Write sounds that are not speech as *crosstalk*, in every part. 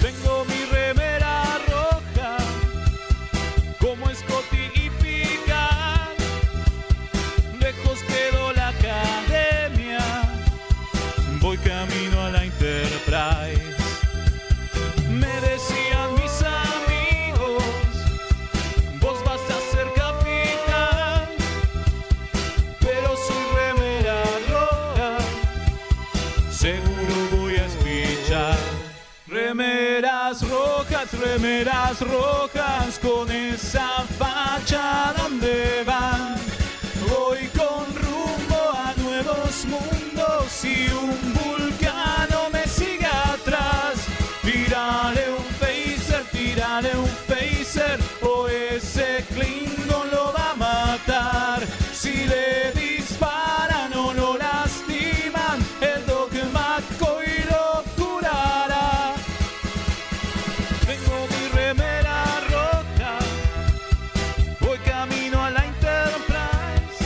Tengo mi remera roja, como Scotty y Picard. Lejos quedó la academia, voy camino a la Enterprise. Me decían mis amigos, vos vas a ser capitán, pero soy remera roja, seguro voy a escuchar. Remeras rojas, remeras rojas, con esa facha donde van. Voy con rumbo a nuevos mundos y un vulcano me sigue atrás. Tírale un phaser, tírale un phaser, o ese Klingon lo va a matar. Si le disparan o lo lastiman, el dogmático y lo curará. Tengo mi remera roja, voy camino a la Enterprise.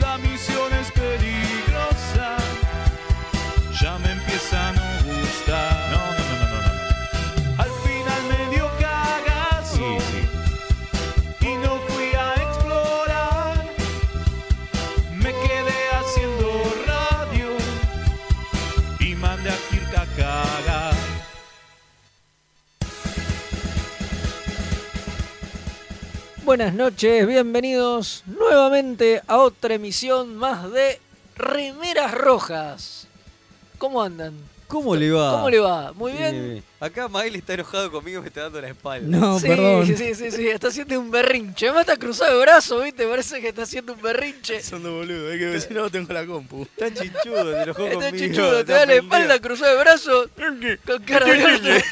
La misión es peligrosa, ya me empieza a no gustar. No, no, no, no, no. no. Al final me dio cagazo y no fui a explorar. Me quedé haciendo radio y mandé a Kirk a cagar. Buenas noches, bienvenidos nuevamente a otra emisión más de Remeras Rojas. ¿Cómo andan? ¿Cómo le va? Ah, ¿Cómo le va? Muy Sí, bien. Acá Mael está enojado conmigo, me está dando la espalda. No, sí, perdón. sí, sí, sí, sí, está haciendo un berrinche. Además está cruzado de brazos, ¿viste? Parece que está haciendo un berrinche. Son de boludo, es que si no tengo la compu. Está chichudo, te enojó conmigo. Está chichudo, te da la ofendió. espalda, cruzado de brazos, con cara de verde.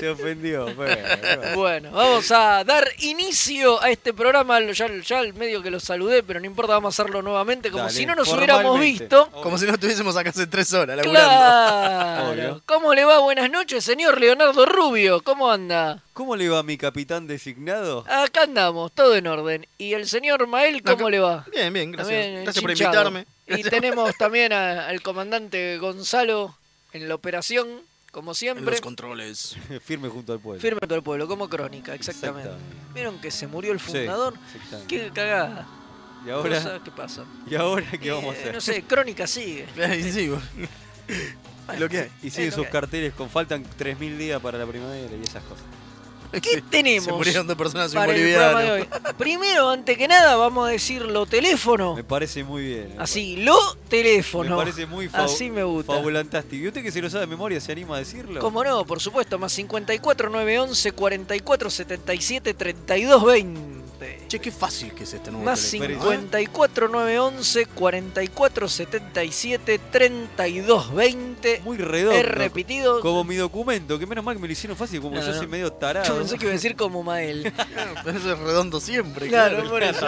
Se ofendió, bueno, bueno. Bueno, vamos a dar inicio a este programa. Lo- Ya, ya al medio que lo saludé, pero no importa, vamos a hacerlo nuevamente como Dale, si no nos formalmente. hubiéramos visto. Como si no estuviésemos acá hace tres horas laburando. Claro. Obvio. ¿Cómo le va? Buenas noches, señor Leonardo Rubio. ¿Cómo anda? ¿Cómo le va a mi capitán designado? *laughs* Acá andamos, todo en orden. ¿Y el señor Mael, No, cómo que- le va? Bien, bien, gracias. También gracias por enchinchado. invitarme. Y *laughs* tenemos también a- al comandante Gonzalo en la operación, como En siempre. los controles. Firme junto al pueblo. Firme todo el pueblo, como crónica, exactamente. Exactamente. Vieron que se murió el Sí, fundador. exactamente. Qué cagada. ¿Y ahora, Cosas que pasan. ¿Y ahora qué vamos a Eh, hacer? No sé, crónica *laughs* sigue. Ahí sí, vos. Lo que hay. Y siguen lo sus que- carteles con faltan 3.000 días para la primavera y esas cosas. ¿Qué tenemos? *laughs* Se murieron dos personas y un para el programa de boliviano. hoy. Primero, antes que nada, vamos a decirlo teléfono. Me parece muy bien. me Así, lo Me teléfono. parece muy fabuloso. Así me gusta. Fabulantástico. ¿Y usted que se lo sabe de memoria se anima a decirlo? Como no, por supuesto, más 54 911 44 77 32 20. Che, qué fácil que es este nuevo Más teléfono, 54 911 44 77 32 20. Muy redondo. He repetido. Como mi documento, que menos mal que me lo hicieron fácil, como No, yo no. soy medio *laughs* tarado. Yo pensé que iba a decir como *laughs* Mael. ¿eh? Claro, *laughs* Eso es redondo siempre. Claro, por eso.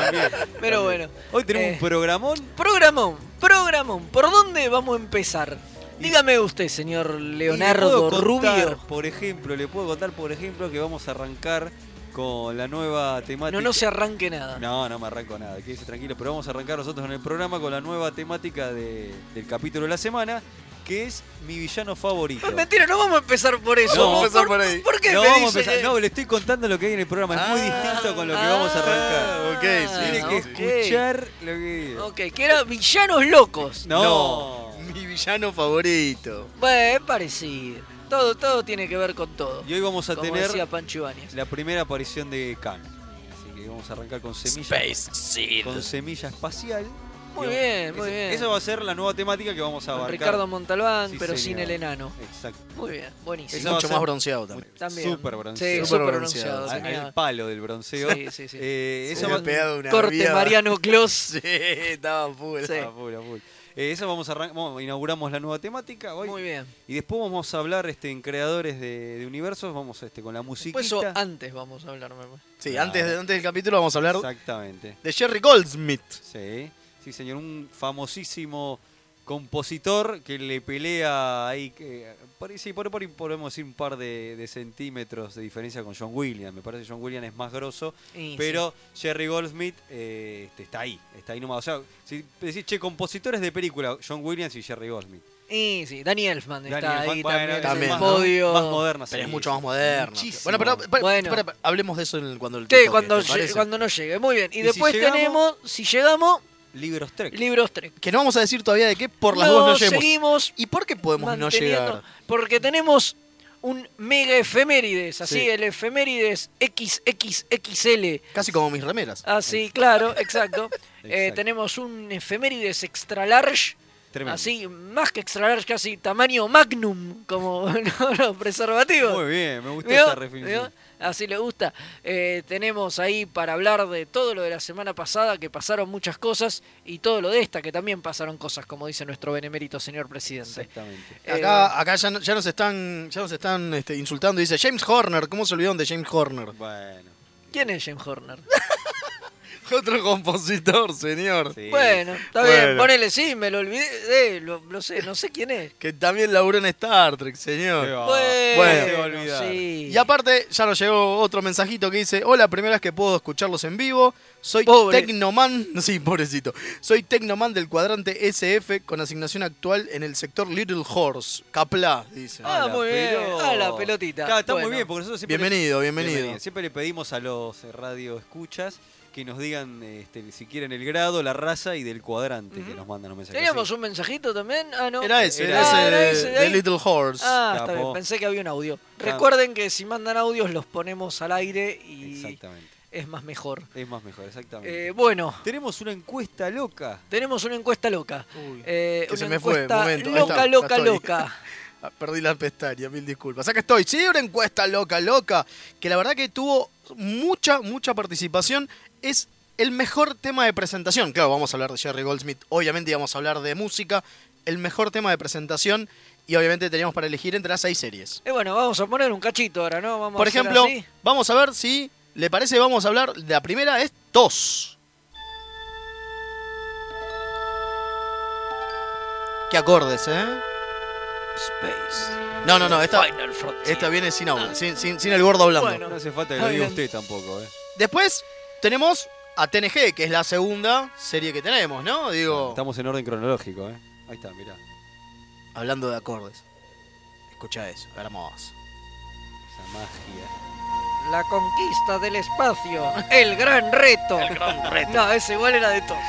Pero bueno. Hoy tenemos Eh. un programón. Programón, programón. ¿Por dónde vamos a empezar? Dígame usted, señor y le Leonardo puedo contar, Rubio. Por ejemplo, le puedo contar, por ejemplo, que vamos a arrancar con la nueva temática. No, no se arranque nada. No, no me arranco nada, quédese tranquilo, pero vamos a arrancar nosotros en el programa con la nueva temática de- del capítulo de la semana, que es mi villano favorito. Ah, Mentira, no vamos a empezar por eso. No, vamos a empezar ¿Por- por ahí. ¿Por qué no, me vamos a dice- empezar- no, le estoy contando lo que hay en el programa, es muy Ah, distinto con lo que vamos a arrancar. Ah, ok, sí, Tiene no, que sí. escuchar lo que... Ok, que era villanos locos. No. Mi villano favorito. Bueno, es parecido. Todo, todo tiene que ver con todo. Y hoy vamos a Como tener decía Pancho Ibáñez. la primera aparición de Khan. Así que vamos a arrancar con semilla, Space Seed. con semilla espacial. Muy Y vamos- bien, muy ese- bien. Esa va a ser la nueva temática que vamos a Con abarcar. Ricardo Montalbán, Sí, pero sin señor. el enano. Exacto. Muy bien, Y Esa buenísimo. va a mucho ser más bronceado también. También. Súper Sí, bronceado. súper Súper bronceado. bronceado. Al- tenía- al palo del bronceo. Sí, sí, sí. Eh, esa Sí, va- me pegado una Corte hervida. Mariano Clos. Sí, estaba full. Sí. a Ah, full, a full. Eh, esa vamos a arran- vamos- inauguramos la nueva temática hoy. Muy bien. Y después vamos a hablar este, en creadores de, de universos, vamos este, con la musiquita. Pues eso antes vamos a hablar, me parece. Sí, Claro. antes, de- antes del capítulo vamos a hablar Exactamente. de Jerry Goldsmith. Sí, sí, señor, un famosísimo compositor que le pelea ahí. que- por ahí- sí, por, por ahí podemos decir un par de, de centímetros de diferencia con John Williams. Me parece que John Williams es más grosso, Y sí. pero Jerry Goldsmith eh, este, está ahí, está ahí nomás. O sea, si decís, che, compositores de película, John Williams y Jerry Goldsmith. Y sí, Danny Elfman está Daniel Fan- ahí bueno, también, es en el también, más- podio. Más moderna. Pero es sí. mucho más moderno. Muchísimo. Bueno, pero, pero- Bueno. pero hablemos de eso en el- cuando el Sí, toque, cuando, ¿te lle- parece? cuando no llegue. Muy bien. Y, Y si después llegamos- tenemos, si llegamos, Libros Trek. libros 3. Que no vamos a decir todavía de qué, por las dos no lleguemos. seguimos ¿Y por qué podemos no manteniendo, llegar? Porque tenemos un mega efemérides, así, Sí. el efemérides XXXL. Casi como mis remeras. Así, claro, exacto. Eh, Exacto. tenemos un efemérides extra large. Tremendo. Así, más que extra large, casi tamaño magnum, como *laughs* no, no, preservativo. Muy bien, me gustó ¿Vio? esa reflexión. ¿Vio? Así le gusta. Eh, tenemos ahí para hablar de todo lo de la semana pasada, que pasaron muchas cosas, y todo lo de esta, que también pasaron cosas, como dice nuestro benemérito señor presidente. Exactamente. Eh, Acá, acá ya, no- ya nos están, ya nos están este, insultando. Dice James Horner. ¿Cómo se olvidaron de James Horner? *laughs* Bueno. ¿Quién es James Horner? Otro compositor, señor. sí. Bueno, está Bueno. bien, ponele, sí, me lo olvidé, eh, lo, lo sé, no sé quién es. Que también laburó en Star Trek, Qué señor. va, Bueno, se va a olvidar. sí. Y aparte, ya nos llegó otro mensajito que dice: Hola, primera vez que puedo escucharlos en vivo. Soy Pobre. Tecnoman. *laughs* Sí, pobrecito. Soy Tecnoman del cuadrante SF con asignación actual en el sector Little Horse. Capla, dice. Ah, la muy bien. pelo- Ah, la pelotita. Claro, está Bueno. muy bien, porque nosotros siempre. bienvenido, le, bienvenido, bienvenido. Siempre le pedimos a los eh, radioescuchas que nos digan este, si quieren el grado, la raza y del cuadrante que Ujú. nos mandan los mensajes. ¿Teníamos Sí. un mensajito también? Ah, no. Era ese, era, Era- ese, Ah, de, ese de de ahí. Little Ah. Horse. Ah, está Capó. bien, pensé que había un audio. Claro. Recuerden que si mandan audios los ponemos al aire y Exactamente. es más mejor. Es más mejor, exactamente. Eh, bueno, Tenemos una encuesta loca. tenemos una encuesta loca. Uy. Eh, Que se una me fue, encuesta momento, ahí Loca, está, ya loca, estoy. loca. *laughs* Ah, Perdí la pestaña, mil disculpas. Acá estoy. Sí, una encuesta loca, loca. Que la verdad que tuvo mucha, mucha participación. Es el mejor tema de presentación. Claro, vamos a hablar de Jerry Goldsmith. Obviamente íbamos a hablar de música. El mejor tema de presentación. Y obviamente teníamos para elegir entre las seis series. Eh, bueno, vamos a poner un cachito ahora, ¿no? Vamos a Por hacer ejemplo, así. vamos a ver si le parece, vamos a hablar. La primera es Tos. Qué acordes, ¿eh? Space. No, no, no, esta, Final Frontier. esta viene sin audio, sin, sin- sin el gordo hablando. Ah. Bueno. No hace falta que Está lo diga bien. usted tampoco, ¿eh? Después tenemos a TNG, que es la segunda serie que tenemos, ¿no? Digo, Estamos en orden cronológico, ¿eh? Ahí está, mirá. hablando de acordes. Escucha eso, hermoso. Esa magia. La conquista del espacio. El gran reto. El gran reto. No, ese igual era de todos.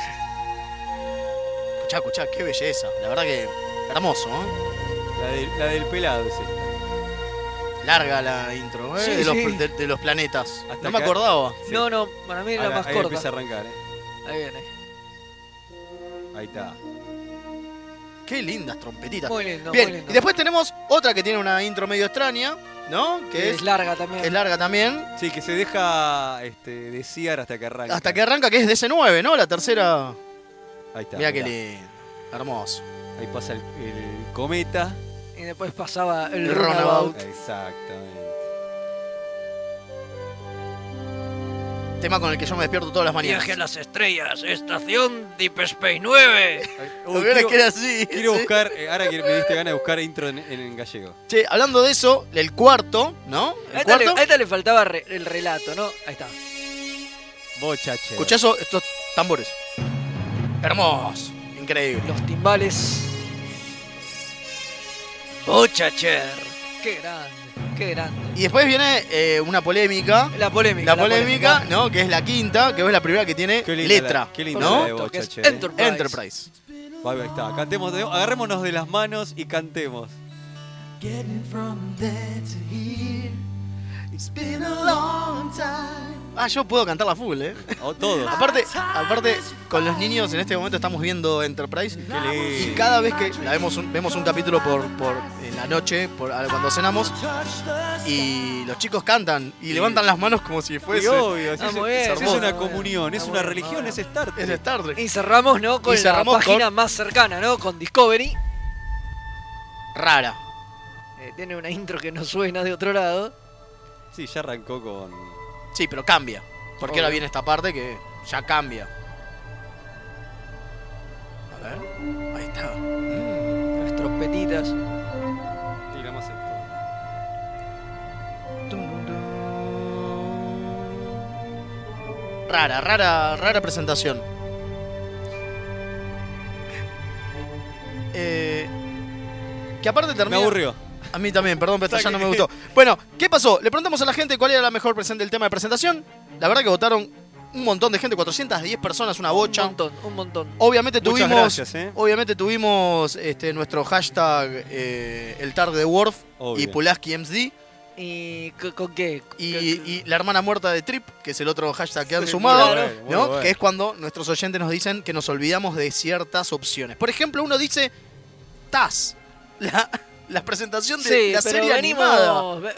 Escuchá, escuchá, qué belleza. La verdad que hermoso, ¿eh? La, del- la del pelado es esta. Larga la intro, ¿eh? Sí, de, los, sí. de- de los planetas. Hasta no me acá. acordaba. Sí. No, no, para mí era Ahora, la más ahí corta. empieza a arrancar, ¿eh? Ahí viene. Ahí está. Qué lindas trompetitas. Muy lindo, muy Bien, lindo. y después tenemos otra que tiene una intro medio extraña, ¿no? Que Que es es, larga también. es larga también. Sí, que se deja este, desear hasta que arranca. Hasta que arranca, que es DC9, ¿no? La tercera. Ahí está. Mirá que mirá. lindo. Hermoso. Ahí pasa el, el cometa. Y después pasaba el, El runabout. runabout. Exactamente. Tema con el que yo me despierto todas las mañanas. Viaje a las estrellas, estación Deep Space 9. Lo Uy, peor es quiero, que era así. quiero sí. buscar, eh, ahora que me diste ganas de buscar intro en, en- en gallego. Che, hablando de eso, el cuarto, ¿no? A El esta, le, cuarto. a esta le faltaba re- el relato, ¿no? Ahí está. Bochache. Escuchá eso, estos tambores. Hermoso. Increíble. Los timbales. Bochacher. Qué grande, qué grande. Y después viene eh, una polémica. La polémica. La polémica, ¿no? Que es la quinta, que es la primera que tiene Qué linda letra. la- qué linda ¿no? la de Que es Bochacher, ¿eh? Enterprise. Enterprise. Va, ahí está. Cantemos, de- agarrémonos de las manos y cantemos. Getting from there to here, it's been a long time. Ah, yo puedo cantarla full, ¿eh? O todos. Aparte, aparte, con los niños en este momento estamos viendo Enterprise. lindo. Y cada vez que la vemos un, vemos un capítulo por, por en la noche, por, a- cuando cenamos, Touch the y los chicos cantan y levantan las manos como si Y fuese. obvio, si Ah, es, muy es bien, está una muy comunión, bien, es está una muy bien, religión, está es Star Es Trek. Star Trek. eh, Y cerramos, ¿no? Con Y cerramos la página con- más cercana, ¿no? Con Discovery. Rara. Eh, tiene una intro que no suena de otro lado. Sí, ya arrancó con. Sí, pero cambia. Porque Obvio. ahora viene esta parte que ya cambia. A ver. Ahí está. Mm. cositas. Tiramos esto. Rara, rara, rara presentación. Eh, que aparte Me termina. aburrió. A mí también, perdón, pero esta ya no me gustó. Bueno, ¿qué pasó? Le preguntamos a la gente cuál era la mejor presente el tema de presentación. La verdad que votaron un montón de gente, 410 personas, una bocha. Un montón, un montón. Obviamente Muchas tuvimos, gracias, ¿eh? obviamente tuvimos este, nuestro hashtag eh, el tarde de Worf y Obvio. Pulaski MSD ¿Y co- con qué? y, ¿Qué- qué- y la hermana muerta de Trip, que es el otro hashtag que han Sí, sumado, muy bueno, muy ¿no? bueno. que es cuando nuestros oyentes nos dicen que nos olvidamos de ciertas opciones. Por ejemplo, uno dice TAS, *laughs* la, la presentación de sí, la pero serie venimos, animada. ve-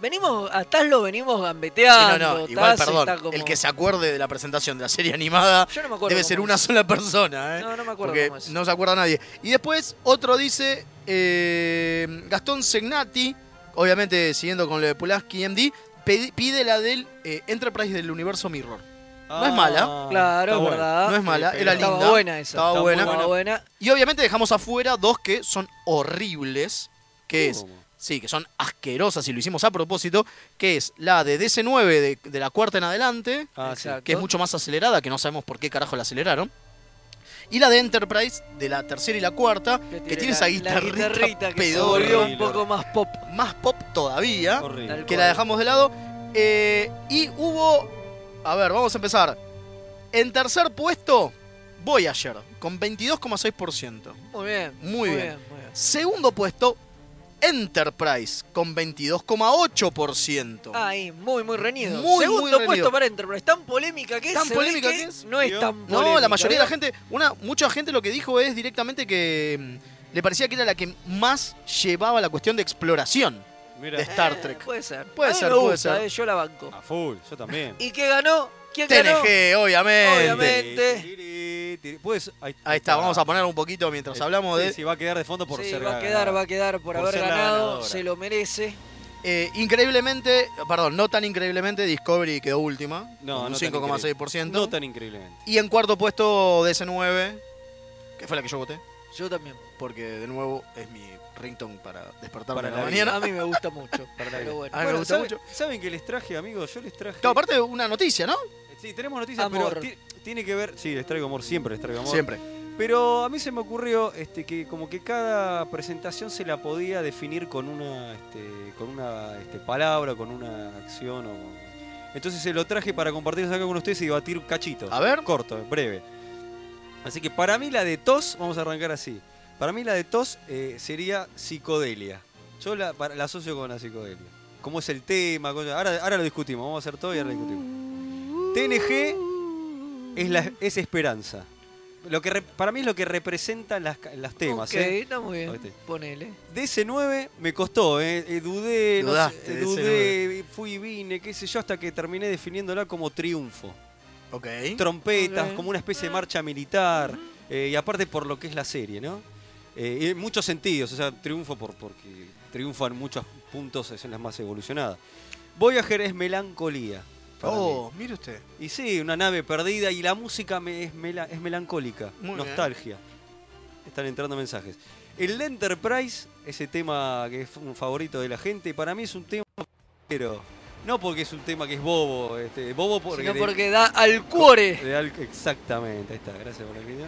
venimos, a Taz lo venimos Sí, no, gambeteando. no, igual, Taz perdón, está como- el que se acuerde de la presentación de la serie animada Yo no me acuerdo debe ser cómo una es. sola persona, ¿eh? No, no me acuerdo Porque cómo es. no se acuerda nadie. Y después otro dice eh, Gastón Segnati, obviamente siguiendo con lo de Pulaski MD, pedi- pide la del eh, Enterprise del universo Mirror. No es mala. Claro, Ah, Está es bueno. verdad. no es mala, pero era Ah, Estaba linda. buena esa. Estaba Está muy buena. Estaba buena. Y obviamente dejamos afuera dos que son horribles, que es... ¿Cómo? Sí, que son asquerosas y lo hicimos a propósito, que es la de DC9 de, de la cuarta en adelante, Ah, sí. que es mucho más acelerada, que no sabemos por qué carajo la aceleraron. Y la de Enterprise, de la tercera y la cuarta, que tiene, esa la- la guitarrita, guitarrita que se pedorra, volvió un Horrible. poco más pop. más pop todavía, Horrible. Tal que cual. la dejamos de lado. Eh, y hubo, a ver, vamos a empezar. En tercer puesto, Voyager, con 22,6%. Muy bien. Muy muy bien. muy bien. Segundo puesto, Enterprise, con 22,8%. Ah, Ahí, muy, muy reñido. Muy, muy Segundo reñido. puesto para Enterprise. Tan polémica que es. Tan se ve polémica que es. No es Yo- tan polémica. No, la mayoría ¿eh? de la ¿verdad? gente, una, mucha gente lo que dijo es directamente que mm, le parecía que era la que más llevaba la cuestión de exploración Mira, de Star Eh, Trek. puede ser. Puede A mí ser, me puede gusta, ser. eh, yo la banco. a full, yo también. ¿Y qué ganó? Eh, ¿Quién ganó? TNG, obviamente. Obviamente. Pues, ahí, Ahí está, vamos a poner un poquito mientras hablamos Sí, de... sí, va a quedar de fondo por sí, ser va a ganador. quedar, va a quedar por, Por haber ser la ganado. ganadora. Se lo merece. Eh, increíblemente, perdón, no tan increíblemente, Discovery quedó última, No, con un no tan 5,6%. No tan increíblemente. Y en cuarto puesto DS9, que fue la que yo voté, Yo también. porque de nuevo es mi ringtone para despertarme Para en la la mañana. A mí me gusta *laughs* mucho. pero bueno. A mí me Bueno, gusta ¿saben, mucho. ¿Saben que les traje, amigos? Yo les traje. No, aparte una noticia, ¿no? sí, tenemos noticias, Amor. pero ti- tiene que ver. Sí, les traigo amor, siempre les traigo amor. Siempre. Pero a mí se me ocurrió este, que como que cada presentación se la podía definir con una, este, con una este, palabra, con una acción. O con- Entonces se lo traje para compartirlos acá con ustedes y debatir cachito. A ver. Corto, breve. Así que para mí la de tos, vamos a arrancar así. Para mí la de tos eh, sería psicodelia. Yo la, para- la asocio con la psicodelia. ¿Cómo es el tema? cosa- Ahora, ahora lo discutimos, vamos a hacer todo y ahora lo discutimos. TNG es, la, es esperanza. Lo que re- para mí es lo que representan las, ca- las temas. ok, ¿eh? está muy bien. Oíste. Ponele. DC9 me costó, ¿eh? Eh, dudé, no sé, Dudaste, eh, dudé, fui y vine, qué sé yo, hasta que terminé definiéndola como triunfo Ok. trompetas, Ok. como una especie de marcha militar, eh, y aparte por lo que es la serie, ¿no? Eh, y en muchos sentidos, o sea, triunfo por, porque triunfa en muchos puntos, es la más evolucionada. Voyager es melancolía. para Oh, mire usted. mí. Y sí, una nave perdida y la música me- es, mela- es melancólica, Muy bien. nostalgia. Están entrando mensajes. El de Enterprise, ese tema que es un favorito de la gente, para mí es un tema... Pero no porque es un tema que es bobo, este, bobo porque... Sino de- porque da al cuore. de algo- exactamente, ahí está, gracias por el video.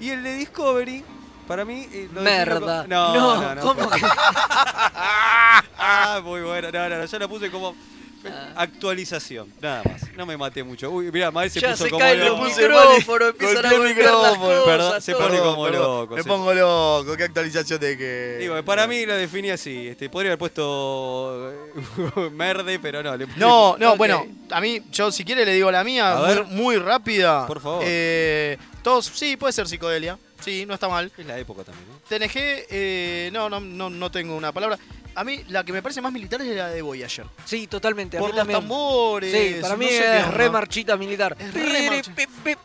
Y el de Discovery, para mí. eh, lo defino Merda. como- No, no, no, ¿cómo que? Ah, muy bueno, no, no, no, yo la puse como. Ah. Actualización, nada más. No me maté mucho. Uy, mirá, Mael *laughs* se ya puso se como caen los loco. puse mal y micrófonos, empiezan a golpeé el golpear las micrófono. cosas. Perdón, se todo. pone como loco, Me sí. pongo loco. ¿Qué actualización de que Digo, para mí lo definí así. Este, podría haber puesto eh, *laughs* merde, pero no. le puse- No, no, Ok. bueno, a mí, yo si quiere le digo la mía, A muy, ver. muy rápida. Por favor. Eh, todos, sí, puede ser psicodelia. Sí, no está mal. Es la época también, ¿no? TNG, eh, no, no, no, no tengo una palabra. A mí la que me parece más militar es la de Voyager. Sí, totalmente. A Por mí los también. tambores. Sí, para mí no sé qué es onda. re marchita militar. Es re marcha. Pere, pe,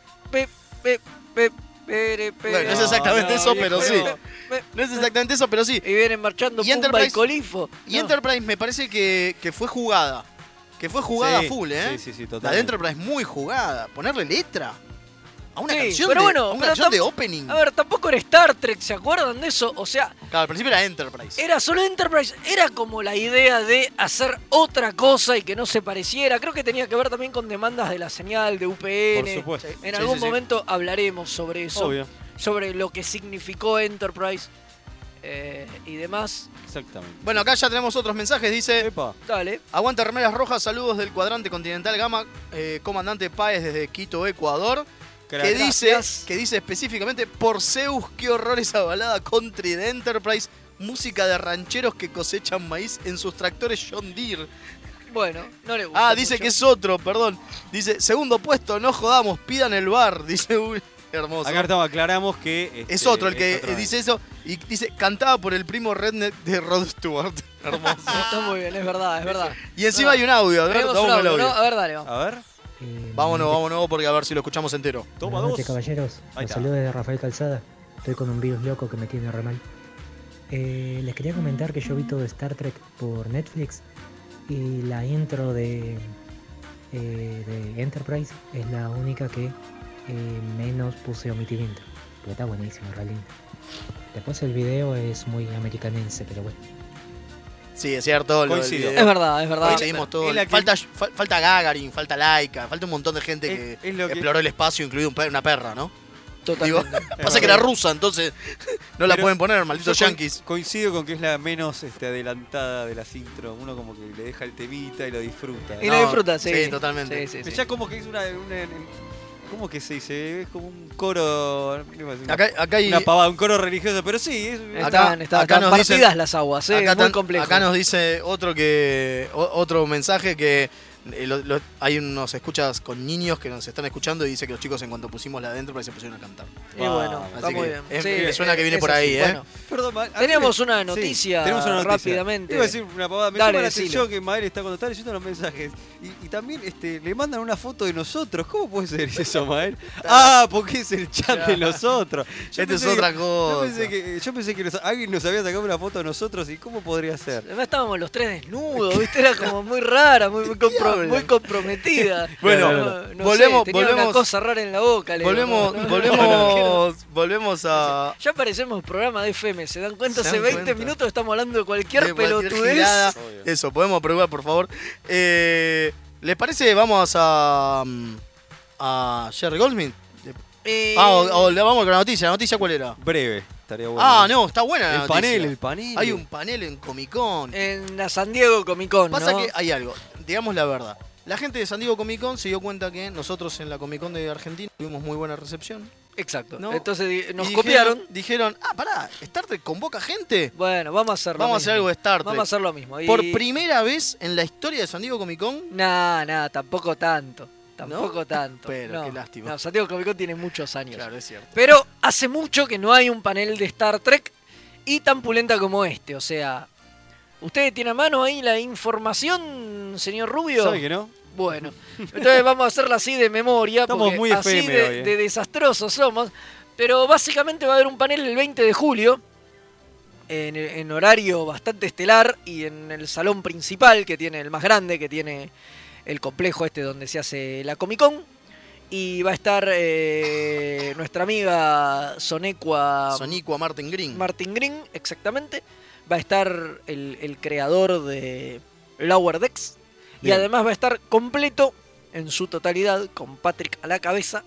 pe, pe, pe, pere, pere. Bueno, no es exactamente No, eso, viejo, pero no. sí. Pe, pe, No es exactamente eso, pero sí. Y vienen marchando Y Pumba Enterprise- y Colifo. Y No. Enterprise me parece que, que fue jugada. Que fue jugada Sí, full, ¿eh? Sí, sí, sí, la de totalmente. Enterprise muy jugada. Ponerle letra. A una Sí, canción, pero de, bueno, a una pero canción de tam- opening. A ver, tampoco era Star Trek, ¿se acuerdan de eso? O sea, Claro, al principio era Enterprise. era solo Enterprise, era como la idea de hacer otra cosa y que no se pareciera. Creo que tenía que ver también con demandas de la señal, de UPN. Por supuesto. Sí. En algún sí, sí. momento hablaremos sobre eso, Obvio. sobre lo que significó Enterprise eh, y demás. Exactamente. Bueno, acá ya tenemos otros mensajes. Eh. Dice: Epa. Dale. Aguanta remeras rojas, saludos del cuadrante continental Gama, eh, comandante Páez desde Quito, Ecuador. Crack. que dice, Gracias. que dice específicamente, por Zeus, qué horror esa balada country de Enterprise, música de rancheros que cosechan maíz en sus tractores John Deere. Bueno, no le gusta. Ah, dice mucho. que es otro, perdón. Dice, segundo puesto, no jodamos, pidan el bar, *laughs* dice uy, hermoso. Acá estamos, aclaramos que. Es este, otro el que eh, es otra dice eso y dice, cantaba por el primo redneck de Rod Stewart. Hermoso. Está muy bien, es verdad, es verdad. Y encima hay un audio, a ver, Tenemos vamos un con el audio, ¿no? audio. Ah, A ver, dale, vez. vamos. A ver, Eh, Vámonos, vámonos, porque a ver si lo escuchamos entero. toma buenas dos. noches, caballeros. Ahí Los está. saludos de Rafael Calzada. Estoy con un virus loco que me tiene re mal. Eh, les quería comentar que yo vi todo Star Trek por Netflix y la intro de, eh, de Enterprise es la única que eh, menos puse omitir intro. Pero está buenísimo, re lindo. Después el video es muy americanense, pero bueno. Sí, es cierto. lo del Coincido. video. Es verdad, es verdad. Hoy seguimos todo. Es la que- Falta, fal- falta Gagarin, falta Laika, falta un montón de gente Es- que, es lo que- exploró el espacio, incluido un per- una perra, ¿no? Totalmente. Digo, *laughs* pasa que era rusa, entonces *laughs* no la Pero pueden poner, Yo malditos co- yankees. Coincido con que es la menos este, adelantada de las intro. Uno como que le deja el temita y lo disfruta. Y No, lo disfruta, sí. sí, totalmente. Sí, sí, sí. Ya como que es una. una- ¿Cómo que se dice? Es como un coro. ¿qué iba a decir? Acá, acá hay- una pavada, un coro religioso, pero sí. Es, Están, están, acá están nos partidas dicen- las aguas, ¿eh? acá muy tan- complejo. acá nos dice otro que o- otro mensaje que eh, lo- lo- hay unos escuchas con niños que nos están escuchando y dice que los chicos en cuanto pusimos la adentro se pusieron a cantar. Y bueno, Así está Ah, que muy bien. es- Sí, me suena que viene es por así. ahí, ¿eh? Bueno, Perdón, Ma- a mí tenemos me- una sí, noticia tenemos una noticia. rápidamente. Iba a decir una pavada. Me Dale, llama la decilo. atención que Mael está cuando está leyendo los mensajes. Y, y también este, le mandan una foto de nosotros. ¿Cómo puede ser *laughs* eso, Mael? ah, porque es el chat de *laughs* nosotros. Esta Yo es pensé que- otra Yo cosa. pensé que, yo pensé que nos- alguien nos había sacado una foto de nosotros y cómo podría ser. Además estábamos los tres desnudos, ¿viste? Era como muy rara, muy, muy, compro- hablan? muy comprometida. Bueno, volvemos- volvemos, tenía una volvemos- cosa rara en la boca. Leo, Volvemos, *laughs* no, no, no, no, no, volvemos, volvemos a. Ya parecemos programa de FM, ¿se dan cuenta? ¿Se Hace dan 20 cuenta? minutos estamos hablando de cualquier de cualquier pelotudez. girada. Obvio. Eso, podemos probar, por favor. Eh, ¿Les parece? Vamos a. mm, a Jerry Goldsmith. Eh, Ah, o, o le vamos con la noticia. ¿La noticia cuál era? Breve, estaría bueno. Ah, no, está buena la El noticia. panel, el panel. Hay un panel en Comic Con. En la San Diego Comic Con, Pasa Eh, ¿no? que hay algo, digamos la verdad. La gente de San Diego Comic Con se dio cuenta que nosotros en la Comic Con de Argentina tuvimos muy buena recepción. Exacto. No. Entonces di- Eh, nos Y dijeron- copiaron. Dijeron, ah, pará, Star Trek convoca gente. Bueno, vamos a hacer lo mismo. Vamos a hacer algo de Star Trek. Vamos a hacer lo mismo. Y- Por primera vez en la historia de San Diego Comic Con, Nah, nah, tampoco tanto. Tampoco tanto. Pero, no. qué lástima. No, Santiago Comic Con tiene muchos años. claro, es cierto. Pero hace mucho que no hay un panel de Star Trek y tan pulenta como este. O sea, ¿usted tiene a mano ahí la información, señor Rubio? ¿Sabe que no? Bueno, entonces vamos a hacerla así de memoria, Estamos porque muy así FM de, hoy, eh. de desastrosos somos. Pero básicamente va a haber un panel el 20 de julio, en, en horario bastante estelar y en el salón principal que tiene el más grande, que tiene el complejo este donde se hace la Comic Con. Y va a estar eh, nuestra amiga Sonecua Sonicua Martin Green. Martin Green, exactamente. Va a estar el, el creador de Lower Decks. Y Bien. además va a estar completo, en su totalidad, con Patrick a la cabeza,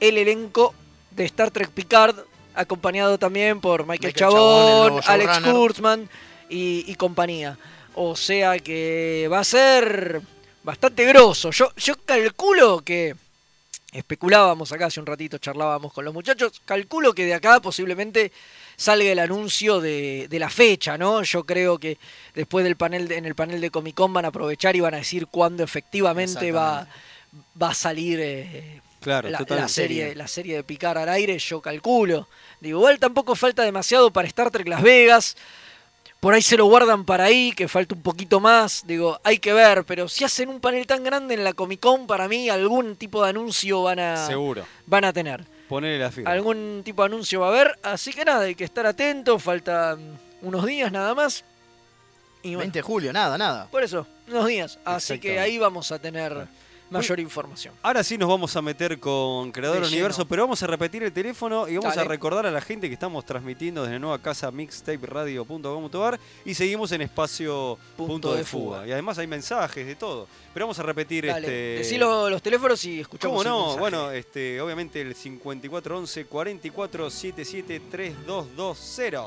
el elenco de Star Trek Picard, acompañado también por Michael, Michael Chabon, el Chabon, nuevo Alex showrunner. Kurtzman y, y compañía. O sea que va a ser bastante grosso. Yo, yo calculo que especulábamos acá hace un ratito, charlábamos con los muchachos, calculo que de acá posiblemente salga el anuncio de, de la fecha, ¿no? Yo creo que después del panel de- en el panel de Comic Con van a aprovechar y van a decir cuándo efectivamente va, va a salir eh, Claro, la, la totalmente. serie, la serie de Picar al aire, yo calculo. Digo, igual tampoco falta demasiado para Star Trek Las Vegas. Por ahí se lo guardan para ahí, que falta un poquito más. Digo, hay que ver, pero si hacen un panel tan grande en la Comic Con, para mí algún tipo de anuncio van a, Seguro. van a tener. Ponele la firma. Algún tipo de anuncio va a haber, así que nada, hay que estar atento, faltan unos días nada más. Y bueno, 20 de julio, nada, nada. por eso, unos días. Así que Exactamente. ahí vamos a tener mayor información. Ahora sí nos vamos a meter con Creador De Universo, lleno. pero vamos a repetir el teléfono y vamos Dale. a recordar a la gente que estamos transmitiendo desde nueva casa mixtaperadio.com.ar y seguimos en espacio Punto, de, fuga. Y además hay mensajes de todo. Pero vamos a repetir Dale, este. decí lo- los teléfonos y escuchamos. ¿Cómo el no? mensaje. Bueno, este, obviamente el 5411 4477 3220.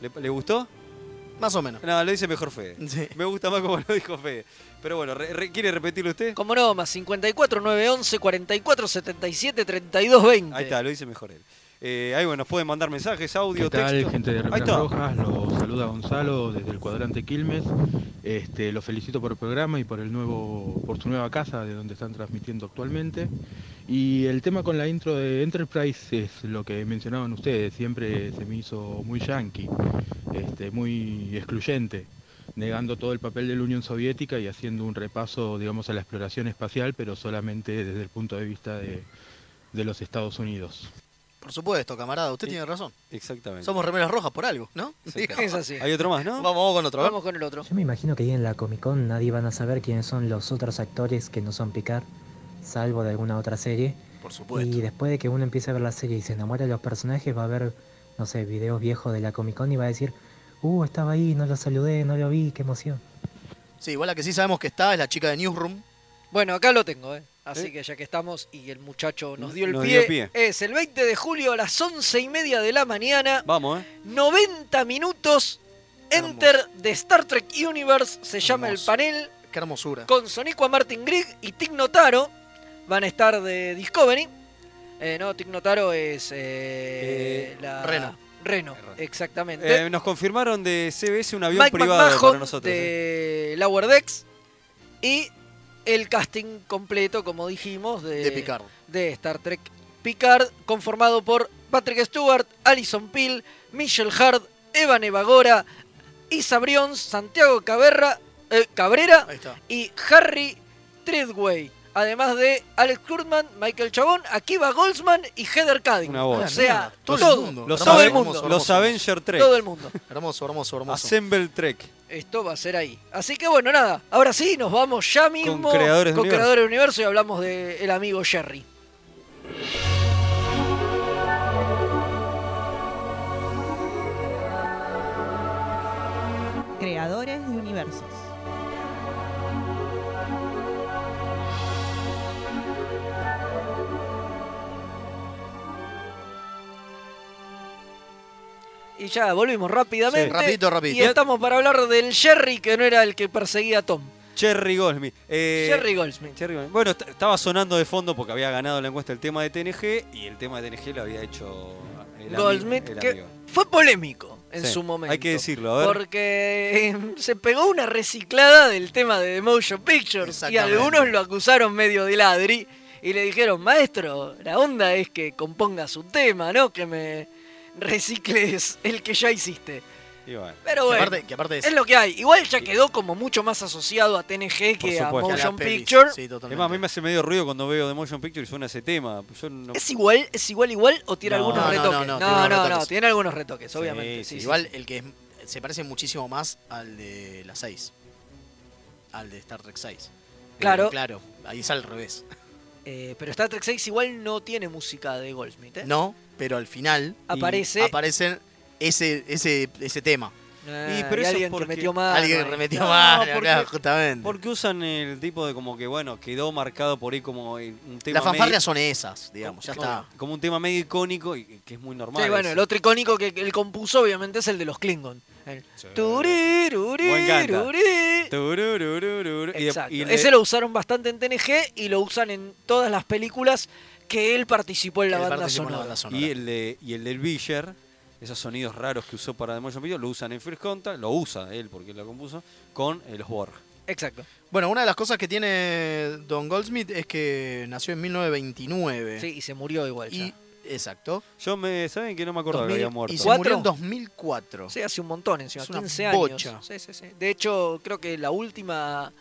¿Le, ¿Le gustó? Más *laughs* o menos. No, lo dice mejor Fede. Sí. Me gusta más como lo dijo Fede. Pero bueno, re- re- ¿quiere repetirlo usted? Como no, más 54 911 44 77 32 20. Ahí está, lo dice mejor él. Eh, ahí bueno, nos pueden mandar mensajes, audio, ¿Qué tal, texto. gente de Ahí Remeras está. Rojas? Los saluda Gonzalo desde el cuadrante Quilmes. Este, los felicito por el programa y por el nuevo, por su nueva casa de donde están transmitiendo actualmente. Y el tema con la intro de Enterprise es lo que mencionaban ustedes. Siempre se me hizo muy yankee, este, muy excluyente, negando todo el papel de la Unión Soviética y haciendo un repaso, digamos, a la exploración espacial, pero solamente desde el punto de vista de- de los Estados Unidos. Por supuesto, camarada, usted Sí. tiene razón. Exactamente. Somos remeras rojas por algo, ¿no? Exacto. Es así. Hay otro ¿eh? más, ¿no? Vamos, vamos con otro. a ver. Vamos con el otro. Yo me imagino que ahí en la Comic Con nadie van a saber quiénes son los otros actores que no son Picard, salvo de alguna otra serie. Por supuesto. Y después de que uno empiece a ver la serie y se enamora de los personajes, va a ver, no sé, videos viejos de la Comic Con y va a decir, uh, estaba ahí, no lo saludé, no lo vi, qué emoción. Sí, igual la que sí sabemos que está es la chica de Newsroom. Bueno, acá lo tengo, ¿eh? Así ¿Eh? que ya que estamos y el muchacho nos dio el Nos pie, dio pie. es el 20 de julio a las 11 y media de la mañana, Vamos, ¿eh? 90 minutos, Hermoso. Enter de Star Trek Universe, se llama el Hermoso. panel, Qué hermosura. con Sonicua Martin Grigg y Tig Notaro, van a estar de Discovery. Eh, no, Tig Notaro es eh, Eh, la... Reno. Reno, Reno. exactamente. Eh, nos confirmaron de CBS un avión Mike privado McMahon para nosotros. ¿eh? de Lower Decks y el casting completo, como dijimos, de, De Picard. de Star Trek Picard, conformado por Patrick Stewart, Alison Peel, Michelle Hard, Evan Evagora, Isa Brions, Santiago Caberra- eh, Cabrera Ahí está. y Harry Treadway. Además de Alex Kurtzman, Michael Chabón, Akiva Goldsman y Heather Caddington. Una voz. O sea, Mira, todo, Los, Todo el Aven- mundo. hermoso, los hermoso. Avenger Trek. todo el mundo. Hermoso, hermoso, hermoso. Assemble Trek. Esto va a ser ahí. Así que bueno, nada. Ahora sí, nos vamos ya mismo Creadores de con Universo. Creadores de Universo y hablamos del amigo Jerry. Creadores de universos. Y ya volvimos rápidamente. Sí. Rapidito, Y rapidito. estamos para hablar del Jerry que no era el que perseguía a Tom. Cherry Goldsmith. Eh, Jerry Goldsmith. Cherry Goldsmith. Bueno, est- estaba sonando de fondo porque había ganado la encuesta el tema de TNG y el tema de TNG lo había hecho el ami- Goldsmith el que amigo. fue polémico en Sí, su momento. Hay que decirlo, a ver. Porque eh, se pegó una reciclada del tema de The Motion Pictures y Exactamente. algunos lo acusaron medio de ladri y le dijeron, maestro, la onda es que compongas un tema, ¿no? Que me recicles el que ya hiciste. Y bueno, Pero Que bueno, aparte, que aparte es lo que hay. Igual ya quedó como mucho más asociado a TNG que a supuesto. que a la Motion peli. Picture. Sí, totalmente. Es más, a mí me hace medio ruido cuando veo The Motion Picture y suena ese tema. Yo no- ¿Es igual, es igual, igual o tiene No, algunos no, no, retoques? no, No, tiene no, unos no, retoques. tiene algunos retoques, Sí, obviamente. sí, sí, sí. Igual el que es- se parece muchísimo más al de la 6. Al de Star Trek 6. Claro. Claro, ahí es al revés. Eh, pero Star Trek 6 igual no tiene música de Goldsmith, ¿eh? No, pero al final Aparece. aparecen ese, ese, ese tema. Ah, Y, y pero eso es alguien que porque metió mano Alguien ahí. remetió No, mal, porque- claro, justamente. Porque usan el tipo de como que, bueno, quedó marcado por ahí como el- un tema. Las fanfarrias medio- son esas, digamos, ya como- está. Como un tema medio icónico y y que es muy normal. Sí, bueno, eso. el otro icónico que, que él compuso obviamente es el de los Klingon. El Sí. turí, rurí, Buen canta. rurí. Turururururu. Y- Exacto. y le- Ese lo usaron bastante en TNG y lo usan en todas las películas que él participó en la, Él banda, participó en la sonora. banda sonora. y el de- y el del Villar, esos sonidos raros que usó para The Motion Picture, lo usan en First Contact, lo usa él porque lo compuso, con eh, los Borg. Exacto. Bueno, una de las cosas que tiene Don Goldsmith es que nació en 1929. Sí, y se murió igual. y, ya. exacto. Yo me. ¿Saben que no me acuerdo que 2000 había muerto? Y se ¿Cuatro? murió en 2004. Sí, hace un montón encima, Es una 15 bocha. años. Sí, sí, sí. De hecho, creo que la última